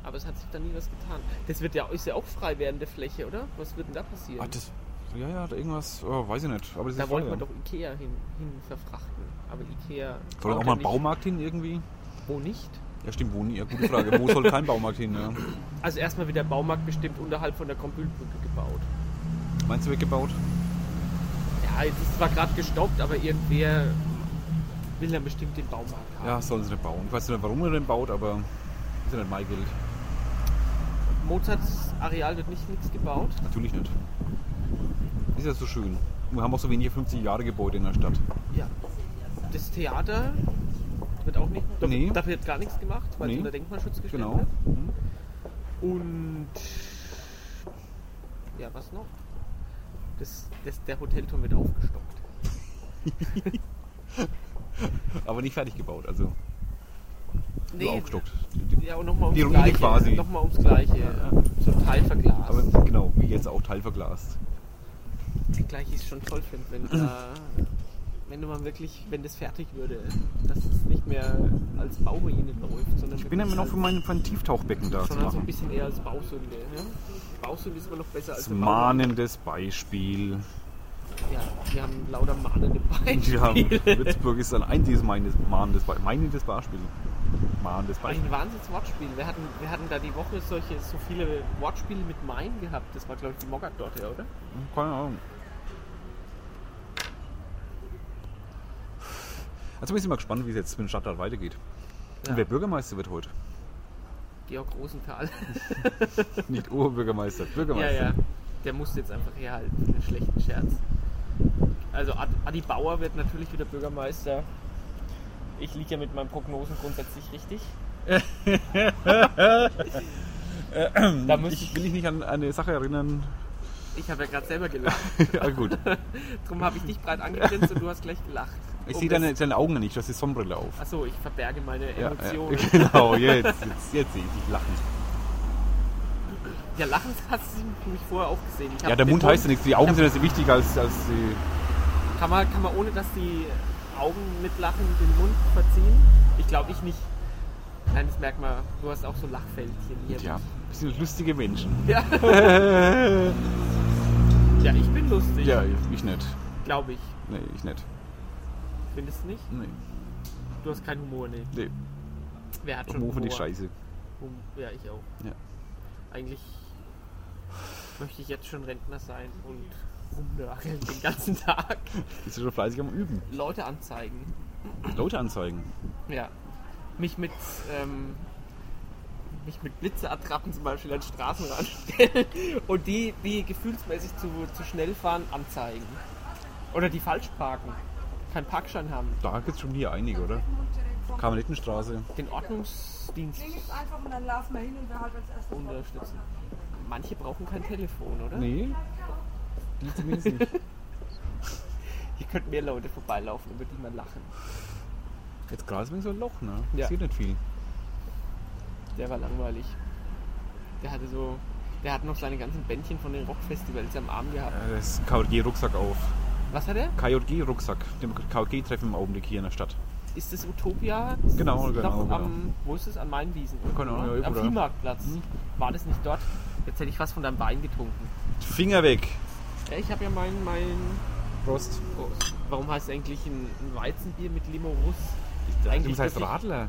Speaker 2: Aber es hat sich da nie was getan. Das wird ja, ist ja auch frei werdende Fläche, oder? Was wird denn da passieren?
Speaker 1: Ah, das, ja, ja, da irgendwas, oh, weiß ich nicht. Aber das
Speaker 2: Da
Speaker 1: ist
Speaker 2: wollten wir
Speaker 1: Feuer.
Speaker 2: doch Ikea hin, hin verfrachten. Aber Ikea.
Speaker 1: Soll
Speaker 2: baut
Speaker 1: auch
Speaker 2: ja
Speaker 1: mal ein
Speaker 2: nicht-
Speaker 1: Baumarkt hin irgendwie?
Speaker 2: Wo nicht?
Speaker 1: Ja, stimmt, wo nie? Ja, gute Frage. Wo soll kein Baumarkt hin? Ja.
Speaker 2: Also erstmal wird der Baumarkt bestimmt unterhalb von der Kompülbrücke gebaut.
Speaker 1: Meinst du weggebaut?
Speaker 2: Ja, jetzt ist zwar gerade gestoppt, aber irgendwer will dann bestimmt den Baumarkt haben.
Speaker 1: Ja, sollen sie nicht bauen. Ich weiß nicht, warum er den baut, aber ist ja nicht mein Geld.
Speaker 2: Mozarts Areal wird nicht nichts gebaut.
Speaker 1: Natürlich nicht. Ist ja so schön. Wir haben auch so wenige 50 Jahre Gebäude in der Stadt.
Speaker 2: Ja. Das Theater wird auch nicht. Da,
Speaker 1: Nee.
Speaker 2: da wird gar nichts gemacht, weil
Speaker 1: Nee.
Speaker 2: es unter Denkmalschutz gestellt
Speaker 1: Genau.
Speaker 2: wird. Und ja, was noch? Das, das, der Hotelturm wird aufgestockt.
Speaker 1: Aber nicht fertig gebaut, also
Speaker 2: Nee,
Speaker 1: nur aufgestockt.
Speaker 2: Ja, und nochmal ums
Speaker 1: Die Ruine
Speaker 2: Gleiche.
Speaker 1: quasi.
Speaker 2: Nochmal ums Gleiche. So Teil verglast.
Speaker 1: Aber genau, wie jetzt auch teilverglast.
Speaker 2: Gleich ist schon toll finde, wenn da, wenn du mal wirklich, wenn das fertig würde, dass es nicht mehr als Bauruine läuft, sondern
Speaker 1: Ich bin ja immer noch für mein, für ein Tieftaufbecken da zu
Speaker 2: sondern so also ein
Speaker 1: machen.
Speaker 2: bisschen eher als Bausünde. Ne? Bausünde ist immer noch besser als
Speaker 1: Das
Speaker 2: eine Bauruine.
Speaker 1: mahnendes Beispiel.
Speaker 2: Ja, wir haben lauter mahnende Beispiele.
Speaker 1: Wir haben, Würzburg ist ein einziges mahnendes, mahnendes, Be- mahnendes Beispiel. Mahnendes Beispiel.
Speaker 2: Ein Wahnsinns-Wortspiel. Wir hatten, wir hatten da die Woche solche, so viele Wortspiele mit Main gehabt. Das war, glaube ich, die Mogadotte, oder?
Speaker 1: Hm, Keine Ahnung. Also bin ich mal gespannt, wie es jetzt mit dem Stadtrat weitergeht. Und Wer Bürgermeister wird heute?
Speaker 2: Georg Rosenthal.
Speaker 1: Nicht Oberbürgermeister,
Speaker 2: Ja,
Speaker 1: Bürgermeister.
Speaker 2: ja. Der musste jetzt einfach herhalten für den schlechten Scherz. Also Ad- Adi Bauer wird natürlich wieder Bürgermeister. Ich liege ja mit meinen Prognosen grundsätzlich richtig. da müsste
Speaker 1: Ich
Speaker 2: ich,
Speaker 1: will dich nicht an eine Sache erinnern.
Speaker 2: ich habe ja gerade selber gelacht.
Speaker 1: ja, Ah, gut.
Speaker 2: Drum habe ich dich breit angegrinst und du hast gleich gelacht.
Speaker 1: Ich
Speaker 2: Um
Speaker 1: sehe
Speaker 2: das-
Speaker 1: deine, deine Augen nicht, du hast die Sonnenbrille auf.
Speaker 2: Achso, ich verberge meine
Speaker 1: Ja,
Speaker 2: Emotionen.
Speaker 1: ja,
Speaker 2: Ja,
Speaker 1: genau, jetzt, jetzt, jetzt sehe ich dich lachen.
Speaker 2: lachen hast du mich vorher auch gesehen. Ich
Speaker 1: Ja,
Speaker 2: hab
Speaker 1: der
Speaker 2: den
Speaker 1: Mund heißt ja nichts, die Augen sind jetzt wichtiger als, als die.
Speaker 2: Kann man, kann man ohne, dass die Augen mitlachen, den Mund verziehen? Ich glaube, ich nicht. Nein, das merkt man. Du hast auch so Lachfältchen hier.
Speaker 1: Ja, wir sind lustige Menschen.
Speaker 2: Ja. ja, ich bin lustig.
Speaker 1: Ja, ich nicht.
Speaker 2: Glaube ich.
Speaker 1: Nee, ich nicht.
Speaker 2: Findest du nicht?
Speaker 1: Nee,
Speaker 2: Du hast keinen Humor, ne?
Speaker 1: nee.
Speaker 2: Wer hat schon
Speaker 1: Humor
Speaker 2: Humor?
Speaker 1: finde ich scheiße.
Speaker 2: Hum ja, ich auch.
Speaker 1: Ja.
Speaker 2: Eigentlich möchte ich jetzt schon Rentner sein und rumnörgeln den ganzen Tag.
Speaker 1: Bist du schon fleißig am Üben?
Speaker 2: Leute anzeigen.
Speaker 1: Leute anzeigen.
Speaker 2: Ja. Mich mit, ähm, mich mit Blitzeattrappen zum Beispiel an Straßenrand stellen und die, die gefühlsmäßig zu, zu schnell fahren, anzeigen. Oder die falsch parken. Keinen Parkschein haben.
Speaker 1: Da gibt es schon hier einige, oder? Kamelettenstraße.
Speaker 2: Den Ordnungsdienst
Speaker 3: Ding ist einfach und dann laufen wir hin und wer halt als erstes.
Speaker 2: unterstützen. manche brauchen kein Telefon, oder?
Speaker 1: Nee. Die zumindest nicht.
Speaker 2: Hier könnten mehr Leute vorbeilaufen, über die man lachen.
Speaker 1: Jetzt gerade ist wegen so ein Loch, ne?
Speaker 2: Ja.
Speaker 1: Sieht nicht viel.
Speaker 2: Der war langweilig. Der hatte so. Der hat noch seine ganzen Bändchen von den Rockfestivals am Arm gehabt.
Speaker 1: Ja, Das ist KJG-Rucksack auf.
Speaker 2: Was hat er?
Speaker 1: KJG-Rucksack. Dem KJG-Treffen im Augenblick hier in der Stadt.
Speaker 2: Ist das Utopia?
Speaker 1: Genau,
Speaker 2: ist
Speaker 1: genau,
Speaker 2: Noch
Speaker 1: genau.
Speaker 2: Am, wo ist es? An Mainwiesen?
Speaker 1: Keine Ahnung, ja, Mhm.
Speaker 2: am
Speaker 1: oder?
Speaker 2: Viehmarktplatz. War das nicht dort? Jetzt hätte ich was von deinem Wein getrunken.
Speaker 1: Finger weg!
Speaker 2: Ja, ich habe ja mein, mein.
Speaker 1: Prost.
Speaker 2: Prost. Warum heißt eigentlich ein, ein Weizenbier mit Limorus?
Speaker 1: Das heißt
Speaker 2: dürfte ich-
Speaker 1: Radler.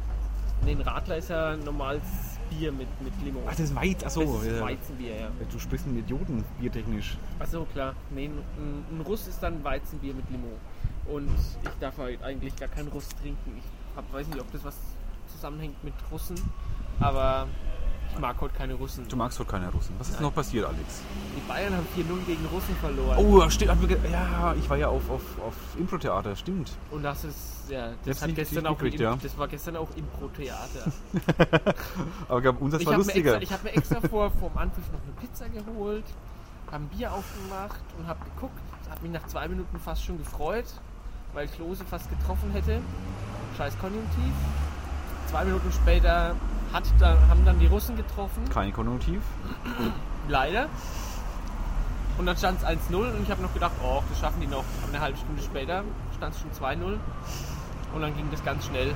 Speaker 2: Nee, ein Radler ist ja ein normales Bier mit, mit Limorus.
Speaker 1: Ach, Ah, das ist weit. Achso.
Speaker 2: das ist
Speaker 1: ja.
Speaker 2: Weizenbier, ja.
Speaker 1: Du sprichst mit Idioten, biertechnisch.
Speaker 2: Achso, klar. Nee, ein, ein Russ ist dann Weizenbier mit Limo. Und ich darf halt eigentlich gar keinen Russ trinken. Ich hab, weiß nicht, ob das was zusammenhängt mit Russen, aber ich mag heute keine Russen.
Speaker 1: Du magst heute keine Russen. Was ist
Speaker 2: Nein.
Speaker 1: noch passiert, Alex?
Speaker 2: Die Bayern haben 4-0 gegen Russen verloren.
Speaker 1: Oh, steht, hat mir ge- ja, ich war ja auf, auf, auf Impro-Theater, stimmt.
Speaker 2: Und das ist, ja,
Speaker 1: Jetzt nicht-
Speaker 2: das, hat gestern
Speaker 1: nicht
Speaker 2: auch
Speaker 1: gekriegt,
Speaker 2: im,
Speaker 1: ja.
Speaker 2: das war gestern auch Impro-Theater.
Speaker 1: Aber ich glaub, unseres
Speaker 2: Ich
Speaker 1: war
Speaker 2: habe mir,
Speaker 1: lustiger.
Speaker 2: extra- ich hab mir extra vor vorm Anpfiff noch eine Pizza geholt, habe ein Bier aufgemacht und habe geguckt. Habe mich nach zwei Minuten fast schon gefreut, weil Klose fast getroffen hätte. Scheiß Konjunktiv. Zwei Minuten später hat dann, haben dann die Russen getroffen,
Speaker 1: Kein Konjunktiv.
Speaker 2: leider. Und dann stand es 1-0 und ich habe noch gedacht, oh, das schaffen die noch. Eine halbe Stunde später stand es schon 2-0 und dann ging das ganz schnell.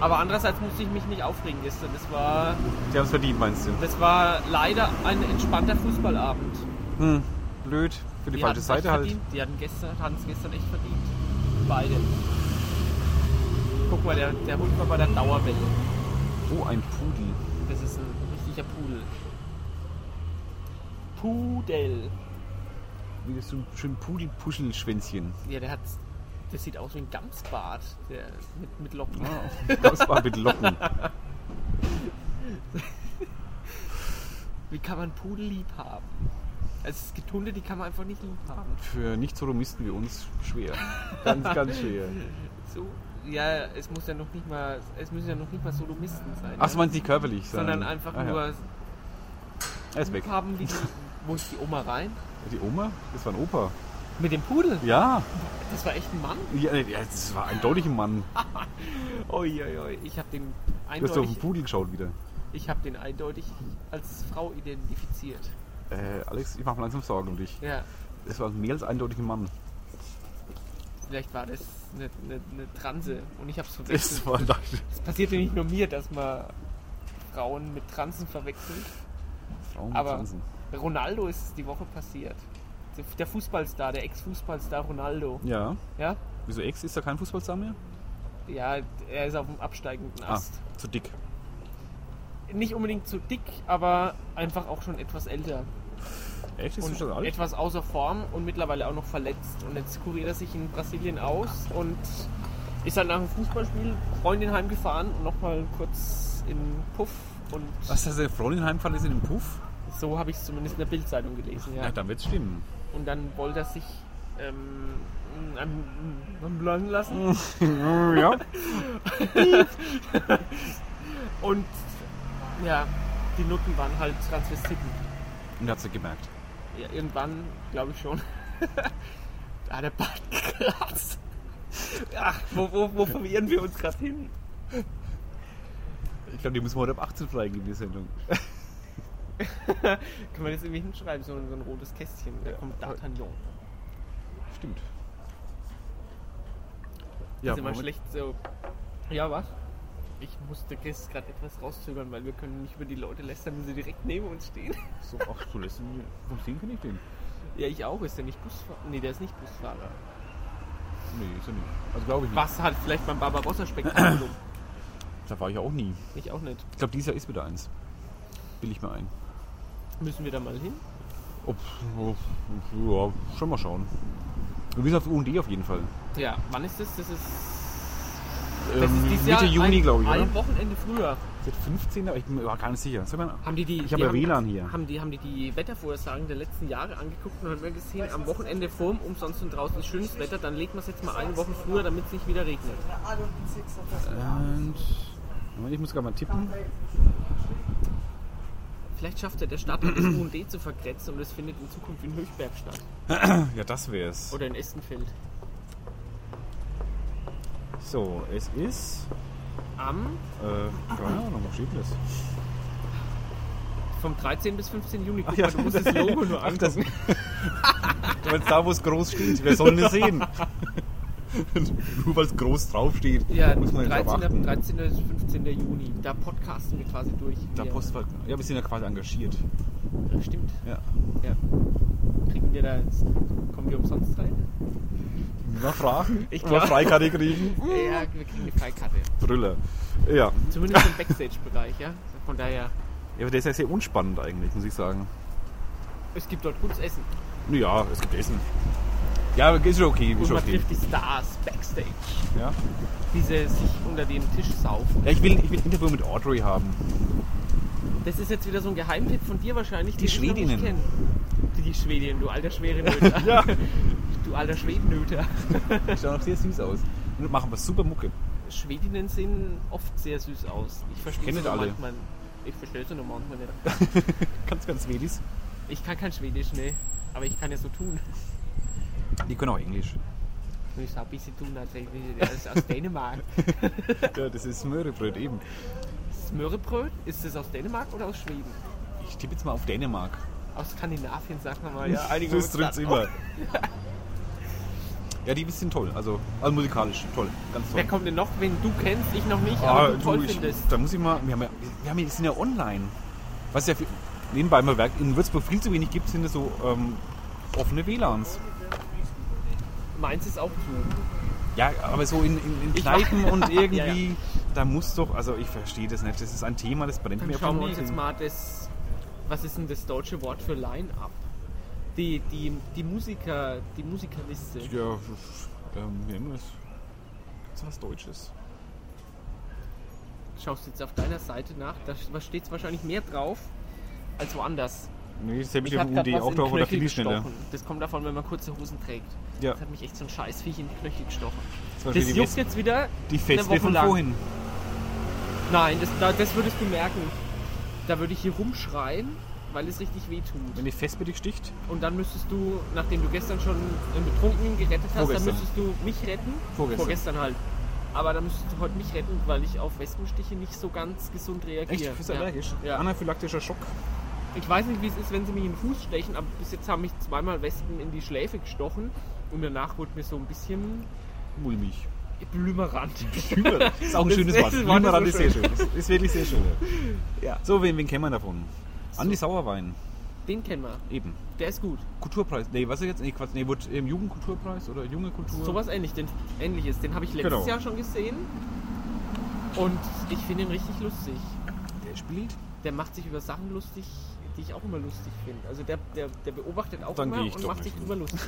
Speaker 2: Aber andererseits musste ich mich nicht aufregen gestern. Das war
Speaker 1: Die haben es verdient, meinst du?
Speaker 2: das war leider ein entspannter Fußballabend.
Speaker 1: Hm, blöd. Für die, falsche
Speaker 2: hatten's
Speaker 1: Seite
Speaker 2: echt
Speaker 1: halt.
Speaker 2: Verdient. Die hatten gestern, hatten es gestern echt verdient. Beide. Guck mal, der, der Hund war bei der Dauerwelle.
Speaker 1: Oh, ein Pudel.
Speaker 2: Das ist ein richtiger Pudel. Pudel.
Speaker 1: Wie das so ein schön Pudel-Puschel-Schwänzchen.
Speaker 2: Ja, der hat. Das sieht aus wie ein Gamsbart. Der mit, mit Locken.
Speaker 1: Das war mit Locken.
Speaker 2: Wie kann man Pudel lieb haben? Also, Es ist gibt Hunde, die kann man einfach nicht lieb haben.
Speaker 1: Für Nicht-Sodomisten wie uns schwer. Ganz, ganz schwer.
Speaker 2: So. Ja, es muss ja noch nicht mal. Es müssen ja noch nicht mal Sodomisten sein.
Speaker 1: Ach, du
Speaker 2: ne?
Speaker 1: meinst nicht körperlich,
Speaker 2: sondern einfach
Speaker 1: Ah, ja.
Speaker 2: nur
Speaker 1: Er ist weg.
Speaker 2: haben wie die, wo ist die Oma rein?
Speaker 1: Die Oma? Das war ein Opa.
Speaker 2: Mit dem Pudel?
Speaker 1: Ja.
Speaker 2: Das war echt ein Mann.
Speaker 1: ja äh, ja, das war eindeutig ein Mann.
Speaker 2: Uiuiui. Ich habe den
Speaker 1: Du hast doch auf den
Speaker 2: eindeutig,
Speaker 1: Pudel geschaut wieder.
Speaker 2: ich habe den eindeutig als Frau identifiziert.
Speaker 1: Äh, Alex, ich mache mir langsam Sorgen um dich.
Speaker 2: Ja,
Speaker 1: Das war mehr als eindeutig ein Mann.
Speaker 2: vielleicht war das eine, eine, eine Transe und ich habe es
Speaker 1: Das
Speaker 2: verwechselt.
Speaker 1: war
Speaker 2: Es passiert ja nicht nur mir, dass man Frauen mit Transen verwechselt.
Speaker 1: Frauen
Speaker 2: Aber-
Speaker 1: Pflanzen.
Speaker 2: Ronaldo ist es die Woche passiert. Der Fußballstar, der Ex-Fußballstar Ronaldo.
Speaker 1: Ja.
Speaker 2: Ja?
Speaker 1: Wieso Ex? Ist da kein Fußballstar mehr?
Speaker 2: Ja, er ist auf dem absteigenden Ast.
Speaker 1: Ah, zu dick.
Speaker 2: Nicht unbedingt zu dick, aber einfach auch schon etwas älter.
Speaker 1: Echt? Ist
Speaker 2: und
Speaker 1: du schon alt?
Speaker 2: etwas außer Form und mittlerweile auch noch verletzt. Und jetzt kuriert er sich in Brasilien aus und ist dann nach dem Fußballspiel Freundin heimgefahren und nochmal kurz in Puff. Und
Speaker 1: Was, dass er Freundin heimfahren ist in dem Puff?
Speaker 2: so habe ich es zumindest in der Bildzeitung gelesen. Ja.
Speaker 1: dann wird's stimmen.
Speaker 2: Und dann wollte er sich ähm, am- am Blond lassen.
Speaker 1: Mhm. ja.
Speaker 2: Und ja, die Nutten waren halt Transvestiten.
Speaker 1: Und er hat es gemerkt.
Speaker 2: Ja, irgendwann, glaube ich schon. da hat der Bart gekratzt. Ach, wo, wo, wo verwirren wir uns gerade hin?
Speaker 1: Ich glaube, die müssen wir heute ab 18 freigeben, die Sendung.
Speaker 2: Können wir das irgendwie hinschreiben, so, ein- so ein rotes Kästchen. Da kommt D'Artagnan.
Speaker 1: Stimmt.
Speaker 2: Ja, ist immer
Speaker 1: Moment.
Speaker 2: schlecht so. Ja, was? Ich musste Chris gerade etwas rauszögern, weil wir können nicht über die Leute lästern, wenn sie direkt neben uns stehen.
Speaker 1: So, ach, so lässt ihn. Vom Sehen kenne ich den.
Speaker 2: Ja, ich auch. Ist der nicht Busfahrer? Nee, der ist nicht Busfahrer.
Speaker 1: Nee, ist er nicht. Also glaube ich nicht.
Speaker 2: Was hat vielleicht beim Barbarossa-Spektakel?
Speaker 1: Da war ich auch nie.
Speaker 2: ich auch nicht.
Speaker 1: Ich glaube, dieses Jahr ist wieder eins. Will ich mir ein.
Speaker 2: Müssen wir da mal hin?
Speaker 1: Ob, ob- ja, schon mal schauen. Wir müssen auf UND auf jeden Fall.
Speaker 2: Ja, wann ist das? Das ist, das
Speaker 1: Ähm,
Speaker 2: ist dieses
Speaker 1: Mitte
Speaker 2: Jahr
Speaker 1: Juni,
Speaker 2: ein-
Speaker 1: glaube ich, oder?
Speaker 2: Ein Wochenende früher.
Speaker 1: Seit 15, aber ich bin mir gar nicht sicher. Soll man-
Speaker 2: Haben die die,
Speaker 1: Ich
Speaker 2: die
Speaker 1: habe ja
Speaker 2: haben-
Speaker 1: WLAN hier.
Speaker 2: Haben die, haben die die Wettervorhersagen der letzten Jahre angeguckt und haben wir gesehen, am Wochenende vorm Umsonst und draußen ist schönes Wetter, dann legt man es jetzt mal eine Woche früher, damit es nicht wieder regnet.
Speaker 1: Und, Moment, ich muss gerade mal tippen.
Speaker 2: Vielleicht schafft er der Stadt das UND zu verkratzen und es findet in Zukunft in Höchberg statt.
Speaker 1: Ja, das wär's.
Speaker 2: Oder in Essenfeld.
Speaker 1: So, es ist.
Speaker 2: Am
Speaker 1: Äh, keine Ahnung, was steht das?
Speaker 2: vom 13. bis 15. Juni. Guck
Speaker 1: ja.
Speaker 2: mal, du musst das Logo nur
Speaker 1: Ach, das-
Speaker 2: angucken.
Speaker 1: Du meinst da, wo es groß steht? Wer soll es sehen? Nur weil es groß draufsteht,
Speaker 2: ja,
Speaker 1: muss man jetzt drauf
Speaker 2: 13.
Speaker 1: achten.
Speaker 2: 13. bis 15. Juni. Da podcasten wir quasi durch.
Speaker 1: Da
Speaker 2: ja.
Speaker 1: Post, ja, wir sind ja quasi engagiert.
Speaker 2: Ja, Stimmt.
Speaker 1: Ja.
Speaker 2: Ja. Kriegen wir da jetzt, kommen wir umsonst rein?
Speaker 1: Immer fragen,
Speaker 2: Ich
Speaker 1: immer
Speaker 2: glaub-
Speaker 1: Freikarte kriegen.
Speaker 2: Ja, wir kriegen eine Freikarte.
Speaker 1: Brille. Ja. ja,
Speaker 2: Zumindest im Backstage-Bereich, ja. Von daher,
Speaker 1: aber der ist ja sehr unspannend eigentlich, muss ich sagen.
Speaker 2: es gibt dort gutes Essen.
Speaker 1: Ja, es gibt Essen. Ja, ist schon okay, ist
Speaker 2: Und
Speaker 1: schon
Speaker 2: man
Speaker 1: okay.
Speaker 2: trifft die Stars Backstage,
Speaker 1: Ja.
Speaker 2: wie sie sich unter den Tisch saufen.
Speaker 1: Ja, ich will, ich will ein Interview mit Audrey haben.
Speaker 2: Das ist jetzt wieder so ein Geheimtipp von dir wahrscheinlich,
Speaker 1: Die
Speaker 2: den ich noch nicht
Speaker 1: Schwedinnen.
Speaker 2: kenn. Die Schwedinnen, du alter Schwerenöter.
Speaker 1: Ja.
Speaker 2: Du alter Schwedennöter.
Speaker 1: Schaut auch sehr süß aus. Und machen wir super Mucke.
Speaker 2: Schwedinnen sehen oft sehr süß aus. Ich verstehe
Speaker 1: kenn
Speaker 2: sie
Speaker 1: nicht
Speaker 2: nur
Speaker 1: alle.
Speaker 2: manchmal. Ich verstehe sie nur manchmal nicht.
Speaker 1: Ganz, ganz Swedis.
Speaker 2: Ich kann kein Schwedisch, ne. Aber ich kann ja so tun.
Speaker 1: Die können auch Englisch.
Speaker 2: Nur ich so ein bisschen tun, als wäre ich aus- aus Dänemark.
Speaker 1: Ja, das ist Möhrebröt eben.
Speaker 2: Das Möhrebröt, ist das aus Dänemark oder aus Schweden?
Speaker 1: Ich tippe jetzt mal auf Dänemark.
Speaker 2: Aus Skandinavien, sagen wir mal.
Speaker 1: Ja,
Speaker 2: Ja, einige
Speaker 1: das trifft's
Speaker 2: wird's dann
Speaker 1: immer.
Speaker 2: auch.
Speaker 1: Ja, die sind toll. Also, also musikalisch toll. Ganz toll.
Speaker 2: Wer kommt denn noch, wen du kennst, ich noch nicht,
Speaker 1: Ah,
Speaker 2: aber du
Speaker 1: du,
Speaker 2: toll
Speaker 1: ich,
Speaker 2: findest?
Speaker 1: da muss ich mal. Wir, haben ja, wir, haben ja, wir sind ja online. Was ja viel, nebenbei mal merkt, in Würzburg viel zu wenig gibt, sind es so ähm, offene WLANs.
Speaker 2: Meins ist auch zu.
Speaker 1: Ja, aber so in, in, in
Speaker 2: Ich
Speaker 1: Kneipen
Speaker 2: mach-
Speaker 1: und irgendwie.
Speaker 2: Ja, ja.
Speaker 1: Da muss doch. Also, ich verstehe das nicht. Das ist ein Thema, das brennt
Speaker 2: Dann
Speaker 1: mir auf
Speaker 2: schauen
Speaker 1: den
Speaker 2: wir uns jetzt
Speaker 1: Nägeln.
Speaker 2: mal das, was ist denn das deutsche Wort für Line-Up? Die, die, die Musiker, die Musikerliste.
Speaker 1: Ja, ähm, wir nehmen das. Das ist was Deutsches.
Speaker 2: Schaust jetzt auf deiner Seite nach, da steht wahrscheinlich mehr drauf als woanders.
Speaker 1: Nee, das habe ich,
Speaker 2: hab
Speaker 1: auf
Speaker 2: grad
Speaker 1: UD
Speaker 2: was
Speaker 1: auch
Speaker 2: in
Speaker 1: drauf oder
Speaker 2: Knöchel
Speaker 1: viel schneller.
Speaker 2: gestochen. Das kommt davon, wenn man kurze Hosen trägt.
Speaker 1: Ja.
Speaker 2: Das hat mich echt so ein Scheißviech in die Knöchel gestochen.
Speaker 1: Das war
Speaker 2: Das
Speaker 1: schon die
Speaker 2: juckt
Speaker 1: Wes-
Speaker 2: jetzt wieder.
Speaker 1: Die Feste
Speaker 2: Woche
Speaker 1: von
Speaker 2: lang.
Speaker 1: vorhin.
Speaker 2: Nein, das, da- das würdest du merken. Da würde ich hier rumschreien, weil es richtig weh
Speaker 1: Wenn
Speaker 2: tut.
Speaker 1: die Feste dich sticht,
Speaker 2: Und dann müsstest du, nachdem du gestern schon einen Betrunkenen gerettet hast,
Speaker 1: Vorgestern.
Speaker 2: dann müsstest du mich retten.
Speaker 1: Vorgestern.
Speaker 2: Vorgestern halt. Aber dann müsstest du heute mich retten, weil ich auf Wespenstiche nicht so ganz gesund
Speaker 1: Echt?
Speaker 2: reagiere.
Speaker 1: Bist du
Speaker 2: ja.
Speaker 1: allergisch?
Speaker 2: Ja.
Speaker 1: Anaphylaktischer Schock.
Speaker 2: Ich weiß nicht, wie es ist, wenn sie mich in den Fuß stechen, aber bis jetzt haben mich zweimal Wespen in die Schläfe gestochen und danach wurde mir so ein bisschen
Speaker 1: Mulmig.
Speaker 2: blümerant.
Speaker 1: Das ist auch ein
Speaker 2: Das-
Speaker 1: schönes
Speaker 2: das
Speaker 1: Wort.
Speaker 2: Wort ist
Speaker 1: Blümerand
Speaker 2: so
Speaker 1: ist sehr schön. Das ist wirklich sehr schön. Ja. So, wen, wen kennen wir davon? Andi Sauerwein,
Speaker 2: Den kennen wir.
Speaker 1: eben.
Speaker 2: Der ist gut.
Speaker 1: Kulturpreis. Nee, was ist jetzt? Nee, Quatsch. Nee, wurde im Jugendkulturpreis oder junge Kultur?
Speaker 2: Sowas ähnlich, den, ähnliches. Den habe ich letztes
Speaker 1: Genau.
Speaker 2: Jahr schon gesehen. Und ich finde ihn richtig lustig.
Speaker 1: Der spielt?
Speaker 2: Der macht sich über Sachen lustig, die ich auch immer lustig finde. Also der, der, der beobachtet auch
Speaker 1: Dann
Speaker 2: immer
Speaker 1: geh ich
Speaker 2: und
Speaker 1: doch
Speaker 2: macht
Speaker 1: nicht
Speaker 2: sich
Speaker 1: hin.
Speaker 2: drüber lustig.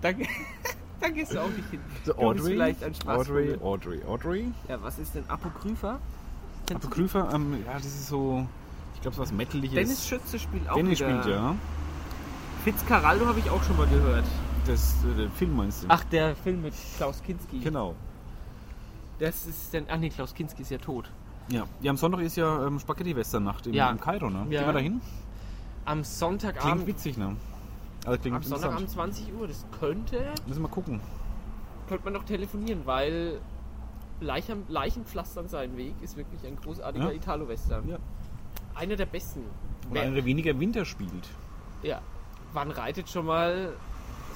Speaker 2: da, ge- da gehst du auch nicht hin.
Speaker 1: The
Speaker 2: Du bist vielleicht ein Spaß.
Speaker 1: Audrey, Audrey, Audrey.
Speaker 2: Ja, was ist denn Apokrypha?
Speaker 1: Begrüfer, ähm, ja, das ist so, ich glaube, so was Metaliges.
Speaker 2: Dennis Schütze spielt auch
Speaker 1: Dennis
Speaker 2: wieder.
Speaker 1: spielt, ja.
Speaker 2: Fitzcarraldo habe ich auch schon mal gehört.
Speaker 1: Das, äh, der Film meinst du?
Speaker 2: Ach, der Film mit Klaus Kinski.
Speaker 1: Genau.
Speaker 2: Das ist denn. Ach nee, Klaus Kinski ist ja tot.
Speaker 1: Ja. ja, am Sonntag ist ja ähm, Spaghetti-Western-Nacht im,
Speaker 2: Ja.
Speaker 1: im Kairo, ne?
Speaker 2: Ja.
Speaker 1: Gehen wir da hin?
Speaker 2: Am
Speaker 1: Klingt
Speaker 2: Sonntagabend.
Speaker 1: witzig, ne? Also klingt
Speaker 2: am
Speaker 1: interessant.
Speaker 2: Sonntagabend 20 Uhr. Das könnte.
Speaker 1: Müssen wir mal gucken.
Speaker 2: Könnte man doch telefonieren, weil. Leichen, Leichenpflastern sein Weg ist wirklich ein
Speaker 1: Ja.
Speaker 2: großartiger Italo-Western.
Speaker 1: Ja.
Speaker 2: Einer der besten.
Speaker 1: Und
Speaker 2: Wer-
Speaker 1: einer der weniger Winter spielt.
Speaker 2: ja. Wann reitet schon mal